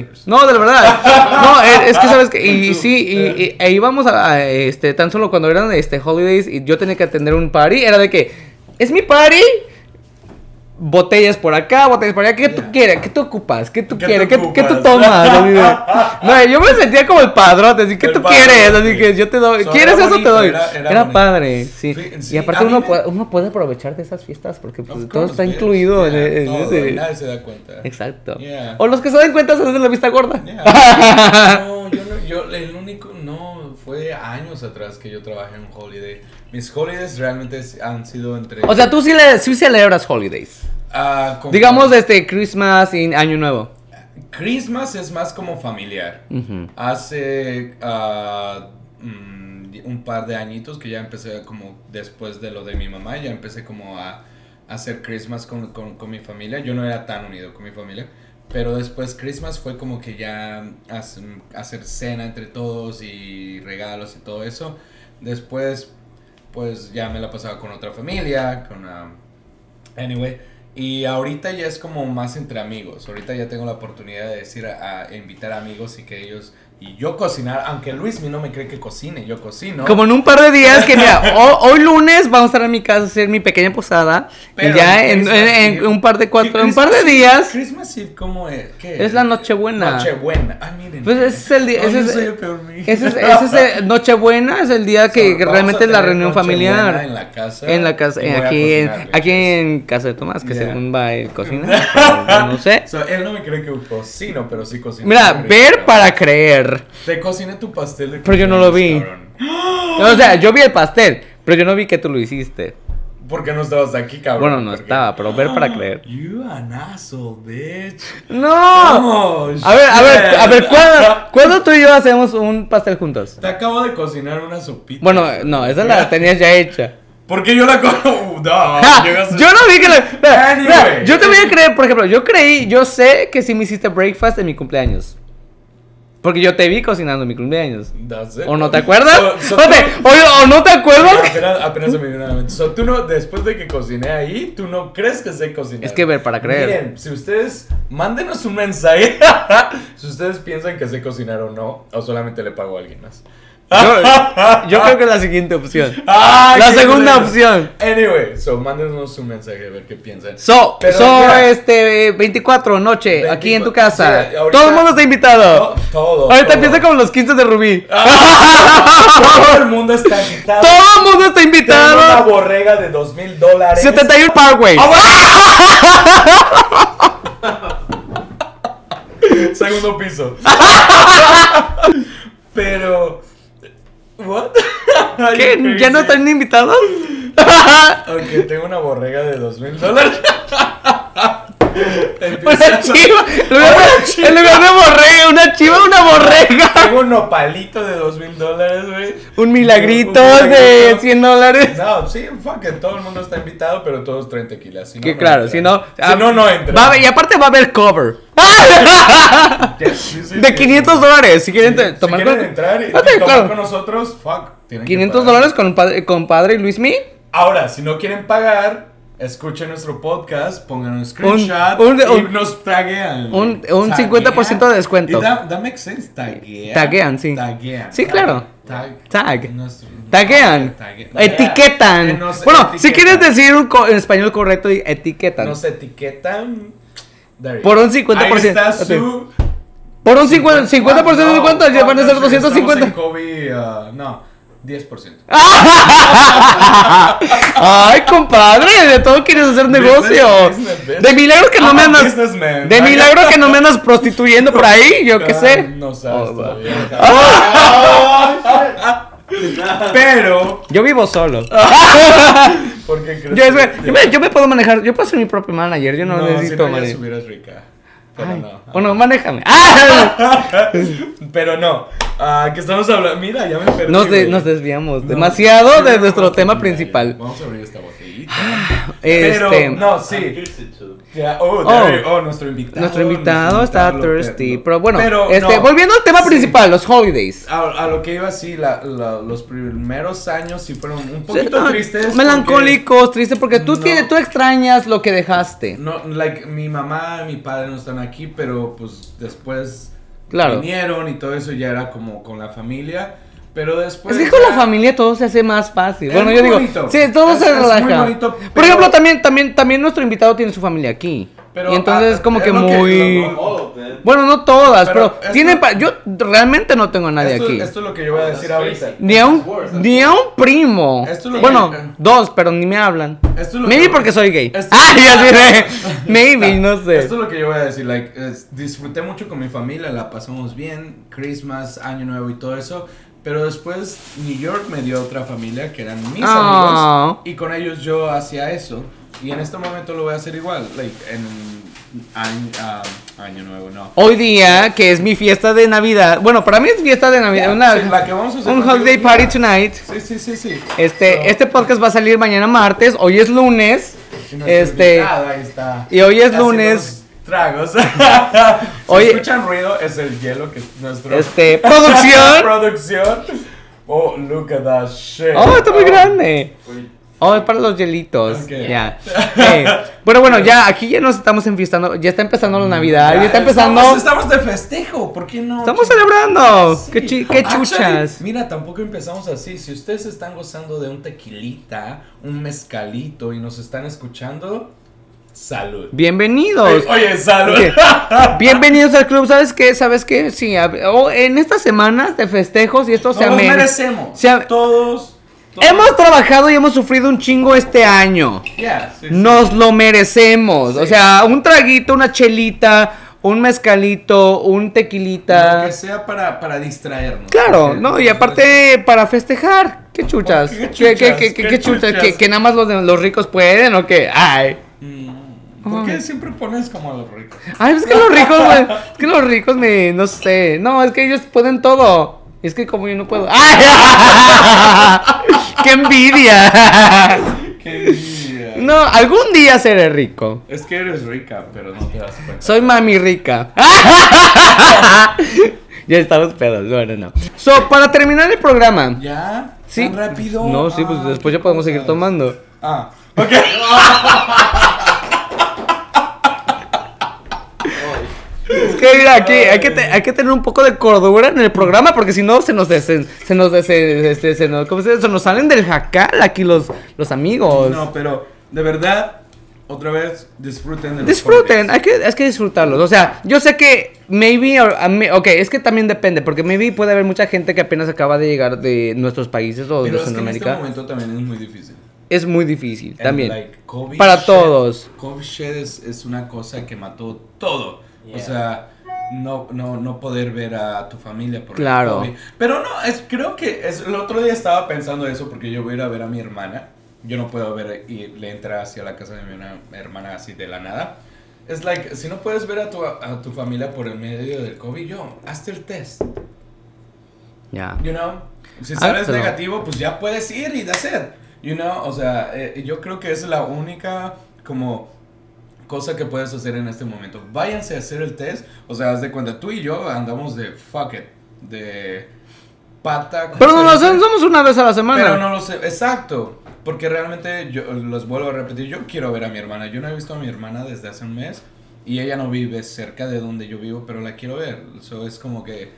coworkers.
no, de la verdad. No, e- es que sabes que. Y, y sí, y,
eh.
y- e íbamos a, a, este, tan solo cuando eran este, holidays y yo tenía que atender un party, era de que, es mi party, botellas por acá, botellas por allá, ¿qué tú
Ya.
quieres? ¿Qué tú ocupas? ¿Qué tú
¿Qué
quieres?
tú
¿Qué, qué tú
ocupas?
tomas? Así de- no, yo me sentía como el padrote, así, ¿qué
El
tú
padrote,
quieres? Así
sí.
que yo te doy,
So,
¿quieres
era
eso? te
bonito,
doy. Era,
era- era bonito.
padre, sí.
Sí,
Y
sí,
aparte
a mí
uno,
me-
puede- uno puede aprovechar de esas fiestas porque pues,
Of
todo
course,
está
yes.
incluido.
Yeah,
en- en- en
todo,
ese-
y nadie se da cuenta.
Exacto.
Yeah.
O los que se dan cuenta se hacen la vista gorda.
Yeah. No, yo no, yo el único, no, fue años atrás que yo trabajé en Holiday. Mis Holidays realmente es- han sido entre...
O sea, tú sí, le, sí celebras holidays.
ah, con-
Digamos este Christmas y Año Nuevo.
Christmas es más como familiar.
Ujú.
Hace ah, mm, un par de añitos que ya empecé como después de lo de mi mamá, ya empecé como a, a hacer Christmas con, con- con mi familia. Yo no era tan unido con mi familia, pero después Christmas fue como que ya hace- hacer cena entre todos y regalos y todo eso. Después pues ya me la pasaba con otra familia, con... ah, Anyway, y ahorita ya es como más entre amigos. Ahorita ya tengo la oportunidad de decir a, a invitar amigos y que ellos y yo cocinar, aunque Luis no me cree que cocine, yo cocino.
Como en un par de días que mira, ho- hoy lunes vamos a estar en mi casa a hacer mi pequeña posada.
Pero
y ya en,
en
en- en un par de cuatro,
¿Qué
un par de
Christmas Eve-
días.
Christmas Eve, ¿cómo es? ¿Qué
Es la Nochebuena.
Nochebuena. Ah, miren.
Pues ese es el día-
Ay,
ese
yo
es-
soy el peor mío.
Ese es, ese es el- Nochebuena, es el día que
Vamos a
realmente es la
tener Nochebuena
reunión familiar.
En la casa.
En la casa,
y voy a
aquí, en,
cocinarle.
aquí en casa de Tomás, que
Ya.
según va el cocina. pero no sé.
So, él no me cree que cocino, pero sí cocino.
Mira,
Qué
ver
rico.
para creer.
Te cociné tu pastel de
Pero yo no lo vi.
cumpleaños, cabrón.
O sea, yo vi el pastel, pero yo no vi que tú lo hiciste.
¿Por qué no estabas aquí, cabrón?
Bueno, no
¿Por qué?
estaba, pero ver para creer.
You an asshole, bitch.
¡No!
Vamos.
A ver, a ver,
shit.
a ver, ¿cuándo, cuándo tú y yo hacemos un pastel juntos?
Te acabo de cocinar una sopita.
Bueno, no, esa la tenías ya hecha.
Porque yo la co- Ah, no,
Ja,
llegas a-
yo no vi que la. mira, mira,
Anyway.
yo te voy a creer, por ejemplo, yo creí, yo sé que sí me hiciste breakfast en mi cumpleaños. Porque yo te vi cocinando en mi cumpleaños.
That's it.
¿O no te acuerdas?
So- so
Espérate,
tú-
o, o no te acuerdas?
Apenas, apenas se me vino a la mente. So, tú no, después de que cociné ahí, tú no crees que sé cocinar.
Es que ver para creer.
Miren, si ustedes, mándenos un mensaje. si ustedes piensan que sé cocinar o no, o solamente le pago a alguien más.
Yo, yo creo que es la siguiente opción.
¡Ah,
La
qué
segunda
bueno!
opción.
Anyway, so mándenos un mensaje a ver qué piensan.
So,
Pero
so
mira,
este 24 noche, aquí en tu
24.
casa.
Sí, ahorita-
todo el mundo está invitado.
to- todo, Ah.
ahorita
todo.
empieza como los 15 de Rubí.
Todo el mundo está agitado.
todo el mundo
Tengo una
está
Ah,
invitado.
borrega de dos mil dólares.
71 Parkway.
Segundo piso. Pero. ¿What?
¿Qué? ¿Ya no están invitados?
Aunque tengo una borrega de dos mil dólares.
Una
Empieza-
chiva. En lugar de- en lugar de borrega, una chiva, una borrega.
Tengo un nopalito de dos mil dólares, güey.
Un milagrito
Un
de
milagrito.
100 dólares.
No, sí, fucking todo el mundo está invitado, pero todos traen tequila. Si no,
Que
no
claro,
entra.
si no. ah,
Si no, no entra.
va a haber- y aparte va a haber cover.
Ya, sí, sí,
De
sí.
500 dólares. Si
Si-
quieren te-
si
tomar
quieren
con-
entrar y, y
Ah, sí,
tomar
claro.
con nosotros, fuck. tienen que
500
pagar.
dólares con padre, con padre Luismi.
Ahora, si no quieren pagar, escuchen nuestro podcast, pongan un screenshot
un-
y
un-
nos taguean.
un- un 50% de descuento.
Y da, da makes sense, taguean.
Taguean, sí.
Taguean.
Sí,
Tag-
claro.
Tag.
Tag.
Nuestro-
Taguean.
Tague-
Etiquetan.
Eh, nos
bueno, si
etiquetan.
quieres decir un co- en español correcto, di- etiquetan.
Nos etiquetan. There you
Por
go.
un 50%.
Ahí está su. Ah,
Por un 50%, 50 de descuento, ya van a ser
estamos en
250.
COVID, ah, no, 10%.
Ay, compadre, de todo quieres hacer negocio.
business, Ah, bitch.
De milagro que no
I'm
me
a
andas.
businessman.
De milagro que no me andas prostituyendo por ahí, yo qué
Ah,
sé.
No sabes
Oh,
todavía. Pero,
Yo vivo solo.
porque crees
Ah, Yo, es ver-
que-
yo me, yo me puedo manejar, yo puedo ser mi propio manager, yo no,
no,
necesito
si no, ya
manager.
estuvieras rica. Pero
Ay,
no.
Bueno, manéjame. ¡Ah!
Pero no. Ah, que estamos hablando. Mira, ya me perdí.
Nos, de-
güey.
nos desviamos
No,
demasiado de
no,
nuestro
no,
tema
no,
principal.
Vamos a abrir esta botellita.
Este,
Pero, no, sí.
Sí.
Ya, oh,
Oh.
there- oh, nuestro invitado.
nuestro invitado está
lo
thirsty.
perdió.
Pero bueno, este,
no,
volviendo al tema
sí.
principal, los holidays.
A, a lo que iba, sí, la- la- los primeros años sí fueron un poquito
Ah,
tristes. porque-
Melancólicos, tristes, porque tú,
No.
tienes, tú extrañas lo que dejaste.
No, like, mi mamá, mi padre no están aquí, pero pues después
Claro.
vinieron y todo eso ya era como con la familia. Pero después.
Es que con
ya-
la familia todo se hace más fácil.
Es
bueno,
muy
yo digo,
bonito.
sí, todo
Es-
se
es muy
relaja.
bonito,
Por
pero-
ejemplo, también, también, también nuestro invitado tiene su familia aquí.
Pero,
y entonces
ah,
es como
es
que
lo que-
muy.
lo-
All of them.
Bueno, no todas, pero,
Pero esto-
tienen pa- yo realmente no tengo a nadie
Esto,
aquí.
esto es lo que yo voy a decir
That's
ahorita.
crazy.
ni a un,
That's worse, that's
ni a un primo.
Esto es lo
bueno,
que-
dos, pero ni me hablan.
Esto es lo
Maybe
que-
porque soy gay.
Esto-
Ah, ya diré. Maybe, no sé.
Esto es lo que yo voy a decir, like, es- disfruté mucho con mi familia, la pasamos bien, Christmas, Año Nuevo y todo eso, pero después New York me dio otra familia que eran mis
Ah.
amigos y con ellos yo hacía eso y en este momento lo voy a hacer igual, like, en año, ah, año Nuevo, no.
Hoy día, que es mi fiesta de Navidad. Bueno, para mí es fiesta de Navidad.
Ya,
una-
sí, la que vamos a hacer
un
contigo,
holiday
ya.
party tonight.
Sí, sí, sí, sí.
Este,
So,
este podcast va a salir mañana martes, hoy es lunes.
y nuestro
Este,
invitado Ah, ahí está.
y hoy es
haciendo
lunes.
unos Tragos. si
Oye-
escuchan ruido, es el hielo que es nuestro.
este, producción.
producción. Oh, look at that shit.
Oh, está muy grande.
Güey,
Oh, es para los hielitos.
Ok.
Ya. Eh, bueno, bueno, ya aquí ya nos estamos enfiestando. Ya está empezando la Navidad. Ya,
Ya,
está empezando.
Estamos,
Estamos,
estamos de festejo, ¿por qué no?
celebrando.
Sí.
Qué, chi- qué
Actually,
chuchas.
mira, tampoco empezamos así. Si ustedes están gozando de un tequilita, un mezcalito y nos están escuchando, salud.
Bienvenidos.
Oye, salud.
Ok. Bienvenidos al club. ¿Sabes qué? ¿Sabes qué? Sí, a- o en estas semanas de festejos y esto
Nos
se
los
amen-
merecemos.
se am-
Todos. todos.
Hemos trabajado y hemos sufrido un chingo este año.
Yeah, sí, sí.
Nos lo merecemos.
Sí.
O sea, un traguito, una chelita, un mezcalito, un
Lo
tequilita.
que sea para, para distraernos.
Claro,
Porque-
no, y aparte para festejar. ¿Qué chuchas?
¿Qué
¿Qué, qué,
chuchas?
qué- qué-
¿Qué
qué chuchas?
chuchas?
¿Que, que nada más los, de- los ricos pueden o qué? Ay.
Mm, ¿Por qué siempre pones como a los ricos?
Ay, es que los ricos, güey, Es que los ricos me. No sé. No, es que ellos pueden todo. Es que como yo no puedo. ¡Ay! ¡Qué envidia!
Qué envidia.
No, algún día seré rico.
Es que eres rica, pero no te das cuenta.
Soy mami rica. ya estamos pedos. Bueno, no. So, para terminar el programa.
¿Ya?
Sí.
¿Tan rápido?
No, sí, pues
Ah,
después
qué
ya podemos seguir
cosas.
tomando.
Ah, ok.
Es que mira, aquí hay que, te- hay que tener un poco de cordura en el programa porque si no se nos desen- se nos desen- este, se nos, ¿cómo se dice? Se nos salen del jacal aquí los, los amigos.
No, pues, pero de verdad, otra vez, disfruten de los
Disfruten,
holidays.
hay que, hay que disfrutarlos. O sea, yo sé que maybe, or- a mí- ok, es que también depende, porque maybe puede haber mucha gente que apenas acaba de llegar de nuestros países o
Pero
de
es que en este
Centroamérica. Es,
momento también es muy difícil.
muy difícil
And,
también.
like, COVID
Para
shit-
todos.
COVID shit es, es una cosa que mató todo. O
Yeah.
sea, no, no, no poder ver a tu familia por el
Claro.
COVID. Pero no, es, creo que es, el otro día estaba pensando eso porque yo voy a ir a ver a mi hermana. Yo no puedo ver y le entra hacia la casa de mi una- hermana así de la nada. Es like, si no puedes ver a tu, a tu familia por el medio del COVID, yo, hazte el test.
Ya.
You know? Si
Ah,
sales
pero-
negativo, pues ya puedes ir y that's it. You know? O sea, eh, yo creo que es la única como cosa que puedes hacer en este momento. Váyanse a hacer el test. O sea, haz de cuenta, tú y yo andamos de fuck it, de pata. ¿cómo
Pero
se
no lo
dice?
hacemos somos una vez a la semana.
Pero no lo sé, exacto. Porque realmente, yo los vuelvo a repetir, yo quiero ver a mi hermana. Yo no he visto a mi hermana desde hace un mes y ella no vive cerca de donde yo vivo, pero la quiero ver. Eso es como que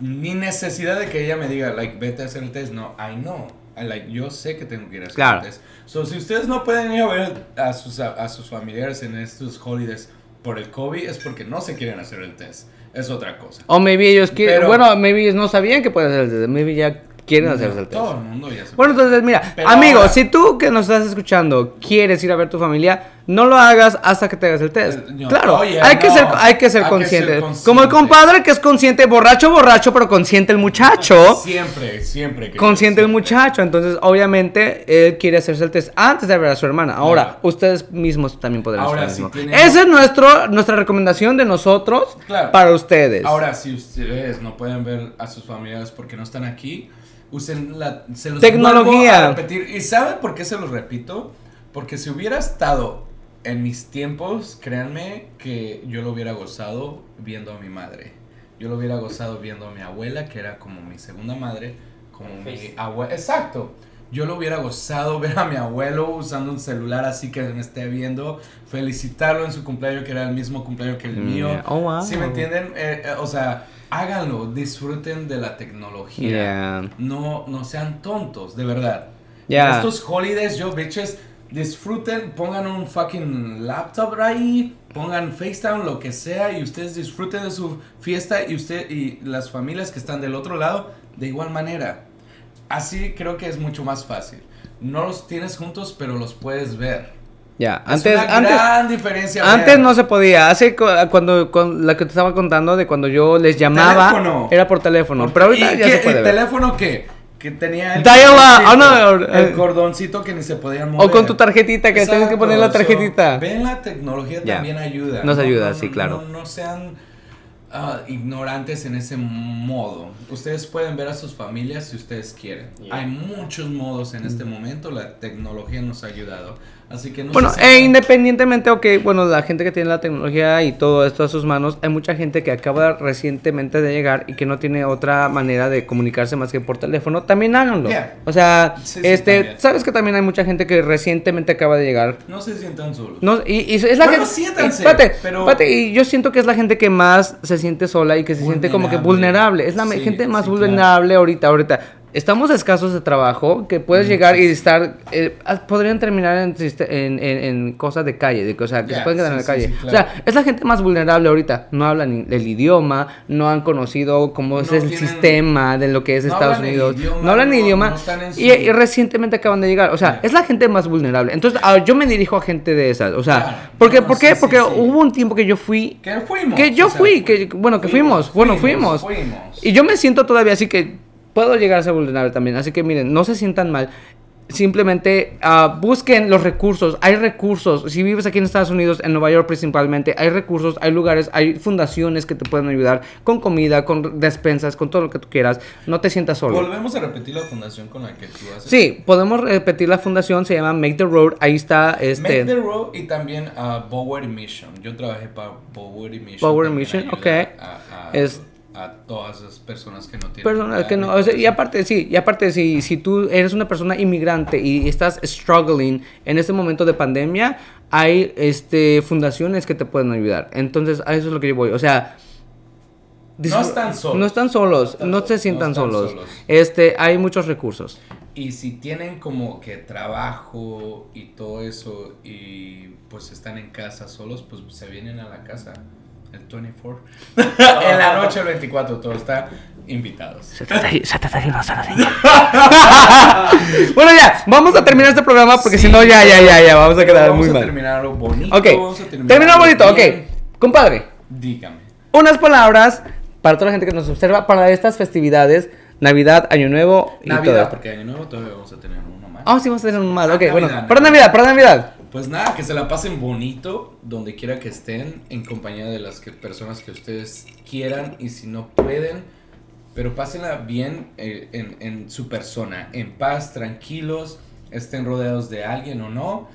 ni necesidad de que ella me diga, like, vete a hacer el test. No, I know. I like, yo sé que tengo que ir a hacer
Claro.
el test. So, si ustedes no pueden ir a ver a sus, a, a sus familiares en estos holidays por el COVID, es porque no se quieren hacer el test. Es otra cosa.
O maybe ellos quieren,
Pero-
bueno, maybe ellos no sabían que pueden hacer el test, maybe ya quieren hacer el test.
Todo el mundo ya se
Bueno, entonces mira,
Pero
amigos,
ahora-
si tú que nos estás escuchando quieres ir a ver tu familia, no lo hagas hasta que te hagas el test.
Eh, no.
Claro,
Oye,
hay, que
no.
ser, hay que ser
Hay que
consciente.
ser
Como el
consciente.
compadre que es consciente, borracho, borracho, pero consciente el muchacho.
Siempre, siempre. querido,
Consciente el
siempre.
muchacho, entonces obviamente él quiere hacerse el test antes de ver a su hermana. Ahora,
Claro.
ustedes mismos también podrán
Ahora,
hacer
si
lo mismo.
tienen-
Esa es nuestro, nuestra recomendación de nosotros
Claro.
para ustedes.
Ahora, si ustedes no pueden ver a sus familiares porque no están aquí, usen la se los
Tecnología.
vuelvo a repetir. ¿Y saben por qué se los repito? Porque si hubiera estado en mis tiempos, créanme que yo lo hubiera gozado viendo a mi madre. Yo lo hubiera gozado viendo a mi abuela, que era como mi segunda madre, como mi
Face.
abuela. Exacto. Yo lo hubiera gozado ver a mi abuelo usando un celular así que me esté viendo, felicitarlo en su cumpleaños, que era el mismo cumpleaños que el
Mm,
mío.
yeah. Oh, wow.
¿Sí me entienden? Eh, eh, o sea, háganlo, disfruten de la tecnología.
Yeah.
No, no sean tontos, de verdad.
Yeah.
En Estos holidays, yo, bitches, disfruten, pongan un fucking laptop ahí, pongan FaceTime, lo que sea, y ustedes disfruten de su fiesta y usted y las familias que están del otro lado de igual manera. Así creo que es mucho más fácil. No los tienes juntos, pero los puedes ver.
Ya,
Es
antes,
una
antes,
gran diferencia.
Antes
ver.
no se podía. Hace cu- cuando con la que te estaba contando de cuando yo les llamaba
Teléfono.
era por teléfono, pero ahorita
¿Y
ya
qué-
se puede
el
ver.
teléfono que que tenía el
Dial up,
cordoncito,
ah, no, eh,
el cordoncito que ni se podía mover.
O con tu tarjetita que tienes que
Exacto,
poner la
so,
tarjetita.
ven, la tecnología
Ya.
también ayuda.
Nos ayuda, sí, claro.
No, no sean ah, ignorantes en ese modo. Ustedes pueden ver a sus familias si ustedes quieren.
Yeah.
Hay muchos modos en este momento. La tecnología nos ha ayudado. Así que no
Bueno,
se
e
sientan-
independientemente, ok, bueno, la gente que tiene la tecnología y todo esto a sus manos, hay mucha gente que acaba recientemente de llegar y que no tiene otra manera de comunicarse más que por teléfono, también háganlo.
Yeah.
O sea,
Sí, sí,
este,
también.
sabes que también hay mucha gente que recientemente acaba de llegar
no se sientan solos.
No, y, y es la
Bueno,
gente.
siéntanse,
y- espérate,
pero-
espérate, y yo siento que es la gente que más se siente sola y que se siente como que vulnerable.
Vulnerable.
Es la me-
Sí,
gente más
sí,
vulnerable ahorita, ahorita. Estamos escasos de trabajo, que
Mm,
puedes llegar y estar, eh, ah, podrían terminar en, siste- en, en- en cosas de calle, de, que, o sea, que se
Ya,
pueden quedar en la
sí, sí,
calle.
sí,
O
claro.
sea, es la gente más vulnerable ahorita. No hablan ni- el idioma, no han conocido cómo es
No
el
tienen-
sistema de lo que es
no
Estados
hablan el
Unidos.
idioma,
no hablan el
no-
idioma.
no están en
y,
su-
y recientemente acaban de llegar. O sea,
Ya.
es la gente más vulnerable. Entonces, ah, yo me dirijo a gente de esas. O sea,
Claro.
porque,
No,
¿por
sí,
qué?
sí,
Porque
sí.
hubo un tiempo que yo fui.
Que fuimos.
Que yo
o sea,
fui,
fu-
que bueno, que fuimos, bueno, fuimos.
fuimos.
Y yo me siento todavía así que puedo llegar a ser vulnerable también. Así que miren, no se sientan mal. Simplemente ah, busquen los recursos. Hay recursos. Si vives aquí en Estados Unidos, en Nueva York principalmente, hay recursos, hay lugares, hay fundaciones que te pueden ayudar con comida, con despensas, con todo lo que tú quieras. No te sientas solo.
Volvemos a repetir la fundación con la que tú haces.
Sí, podemos repetir la fundación, se llama Make the Road, ahí está
Make the
este
Road y también uh, a Bowery Mission. Yo trabajé para Bowery Mission.
Power
también
Mission, ok.
ayuda a- a-
Es-
a a todas las personas que no tienen.
Personas que no, o sea, y aparte, sí, y aparte, si, si tú eres una persona inmigrante y estás struggling en este momento de pandemia, hay este, fundaciones que te pueden ayudar. Entonces, a eso es lo que yo voy. O sea,
No están solos.
No están solos, no, se sientan
están
solos.
solos.
Este, hay muchos recursos.
Y si tienen como que trabajo y todo eso y pues están en casa solos, pues se vienen a la casa el 24. en la noche el 24, todos están invitados.
Bueno, ya, vamos a terminar este programa porque si no, ya, ya, ya, ya, vamos a quedar
Vamos
muy
a
mal.
terminarlo bonito.
ok,
vamos a terminarlo
terminó bonito,
bien.
ok. Compadre,
Dígame.
unas palabras para toda la gente que nos observa para estas festividades, Navidad, Año Nuevo y todo
Navidad,
esto.
porque año nuevo todavía vamos a tener uno más.
Ah, sí, vamos a tener un más. Ok,
Navidad,
bueno,
Navidad.
para Navidad, para Navidad.
Pues nada, que se la pasen bonito donde quiera que estén, en compañía de las que, personas que ustedes quieran y si no pueden, pero pásenla bien eh, en, en su persona, en paz, tranquilos, estén rodeados de alguien o no.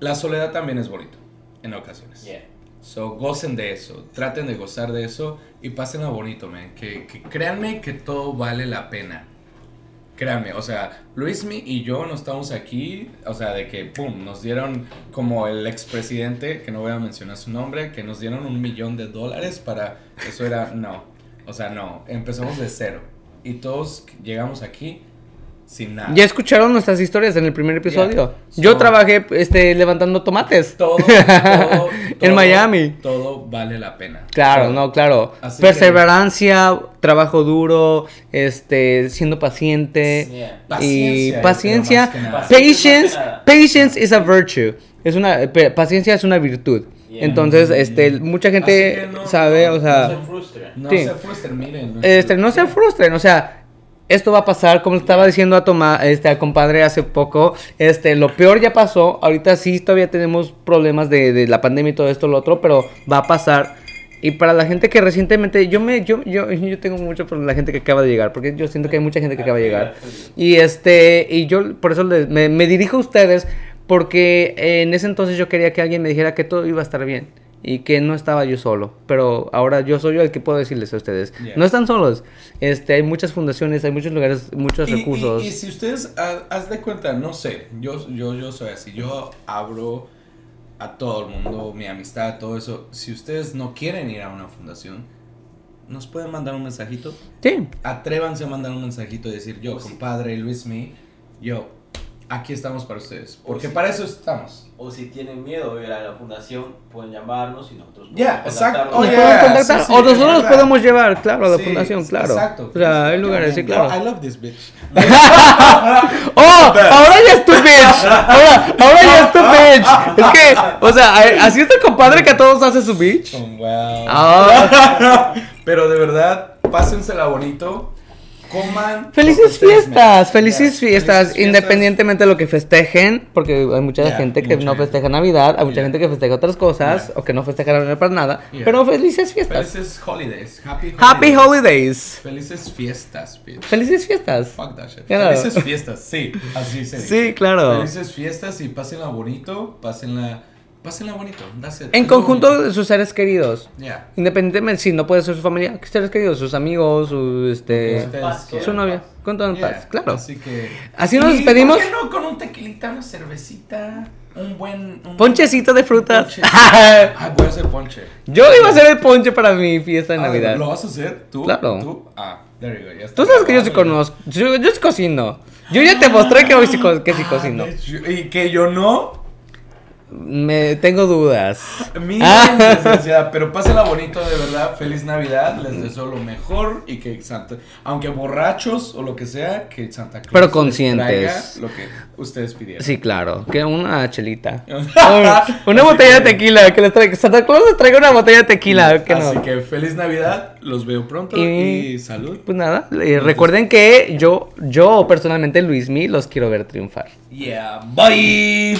La soledad también es bonito, en ocasiones.
Yeah.
So, gocen de eso, traten de gozar de eso y pásenla bonito, man. Que, que créanme que todo vale la pena. Créanme, o sea, Luismi y yo no estamos aquí, o sea, de que, pum, nos dieron como el expresidente, que no voy a mencionar su nombre, que nos dieron un millón de dólares para, eso era, no, o sea, no, empezamos de cero y todos llegamos aquí sin nada.
¿Ya escucharon nuestras historias en el primer episodio?
Yeah.
Yo
So-
trabajé este, levantando tomates.
Todo, todo,
En
todo-
Miami.
Todo vale la pena. Todo.
Claro, no, claro.
Ah. Así
Perseverancia, trabajo duro, este, siendo paciente
Yeah.
y
Paciencia,
paciencia.
pero más
que nada.
Patience,
Paciencia más que nada.
patience is a virtue. Es una eh, pe- paciencia es una virtud.
Yeah.
Entonces, este, mucha
Así
gente
que no,
sabe,
no,
o
No
sea,
se frustra.
No
Sí.
se frustren, miren.
este, no se frustren, o sea, esto va a pasar, como estaba diciendo a Tomás, este, al compadre hace poco, este, lo peor ya pasó, ahorita sí todavía tenemos problemas de, de la pandemia y todo esto, lo otro, pero va a pasar. Y para la gente que recientemente, yo me, yo, yo, yo tengo mucho por la gente que acaba de llegar, porque yo siento que hay mucha gente que acaba de llegar. Y este, y yo por eso les- me, me dirijo a ustedes, porque eh, en ese entonces yo quería que alguien me dijera que todo iba a estar bien y que no estaba yo solo, pero ahora yo soy yo el que puedo decirles a ustedes.
Yeah.
No están solos. Este, hay muchas fundaciones, hay muchos lugares, muchos
Y- y-
recursos.
Y, si ustedes, ha- haz de cuenta, no sé, yo, yo, yo soy así, yo abro a todo el mundo, mi amistad, todo eso. Si ustedes no quieren ir a una fundación, ¿nos pueden mandar un mensajito?
Sí.
Atrévanse a mandar un mensajito y decir,
Pues
yo, compadre Luismi, yo, aquí estamos para
Pues
ustedes. Porque
sí.
para eso estamos.
O si tienen miedo de ir a la fundación, pueden llamarnos y nosotros
Yeah,
podemos
exacto.
contactarlos.
Oh,
Nos
yeah.
pueden contactar,
sí, sí,
o
es
nosotros los
verdad.
podemos llevar, claro, a la
Sí,
fundación, claro.
Exacto.
O sea, hay lugares, sí,
Yo,
claro.
I love this bitch.
¡Oh! ¡Ahora ya es tu bitch! ¡Ahora, ahora ya es tu bitch! Es que, o sea, a- así es el compadre que a todos hace su bitch.
Oh, wow.
Ah,
Pero de verdad, pásensela bonito. Coman. lo que
felices
ustedes merecen.
fiestas, felices
Yeah,
fiestas,
felices fiestas.
independientemente de lo que festejen, porque hay mucha
Yeah,
gente que
mucha
no
gente.
festeja Navidad, hay mucha
Yeah.
gente que festeja otras cosas
Yeah.
o que no festeja Navidad para nada,
Yeah.
pero felices fiestas.
Felices holidays. Happy holidays.
Happy holidays.
Felices fiestas, bitch.
Felices fiestas.
Fuck that shit.
Claro.
Felices fiestas, sí. Así se dice.
Sí, claro.
Felices fiestas y pásenla bonito. Pásenla. Pásenla bonito. that's it.
En
Es lo
conjunto
único.
de sus seres queridos.
Yeah.
Independientemente si no puede ser su familia, que seres queridos, sus amigos, su este
Ustedes
Paz,
quieran.
su novia, con todo en
Yeah,
paz, claro.
Así que.
Así nos
¿Y
despedimos.
¿Por qué no con un tequilita, una cervecita? Un buen. un-
Ponchecito de frutas.
Ponche. Ay, voy a hacer ponche.
Yo iba a hacer el ponche para mi fiesta de
Ah,
Navidad.
¿Lo vas a hacer tú?
Claro.
¿Tú? Ah, there you go. ya está.
Tú sabes que yo sí
Ah,
conozco, yo, yo sí cocino. Yo ya te mostré que hoy sí, co- que sí
ah,
cocino.
de- Y que yo no.
Me tengo dudas.
Miren,
Ah.
desgraciada, pero pásela bonito, de verdad. Feliz Navidad.
Mm.
Les deseo lo mejor y que Santa, aunque borrachos o lo que sea, que Santa Claus
Pero
les
conscientes.
traiga lo que ustedes pidieron.
Sí, claro, que una chelita. Un- una botella de tequila, que les traiga Santa Claus les traiga una botella de tequila, que
Así
no.
que feliz Navidad. Los veo pronto
Y-
y, salud.
Pues nada, eh, recuerden que yo yo personalmente Luismi los quiero ver triunfar.
Yeah, bye.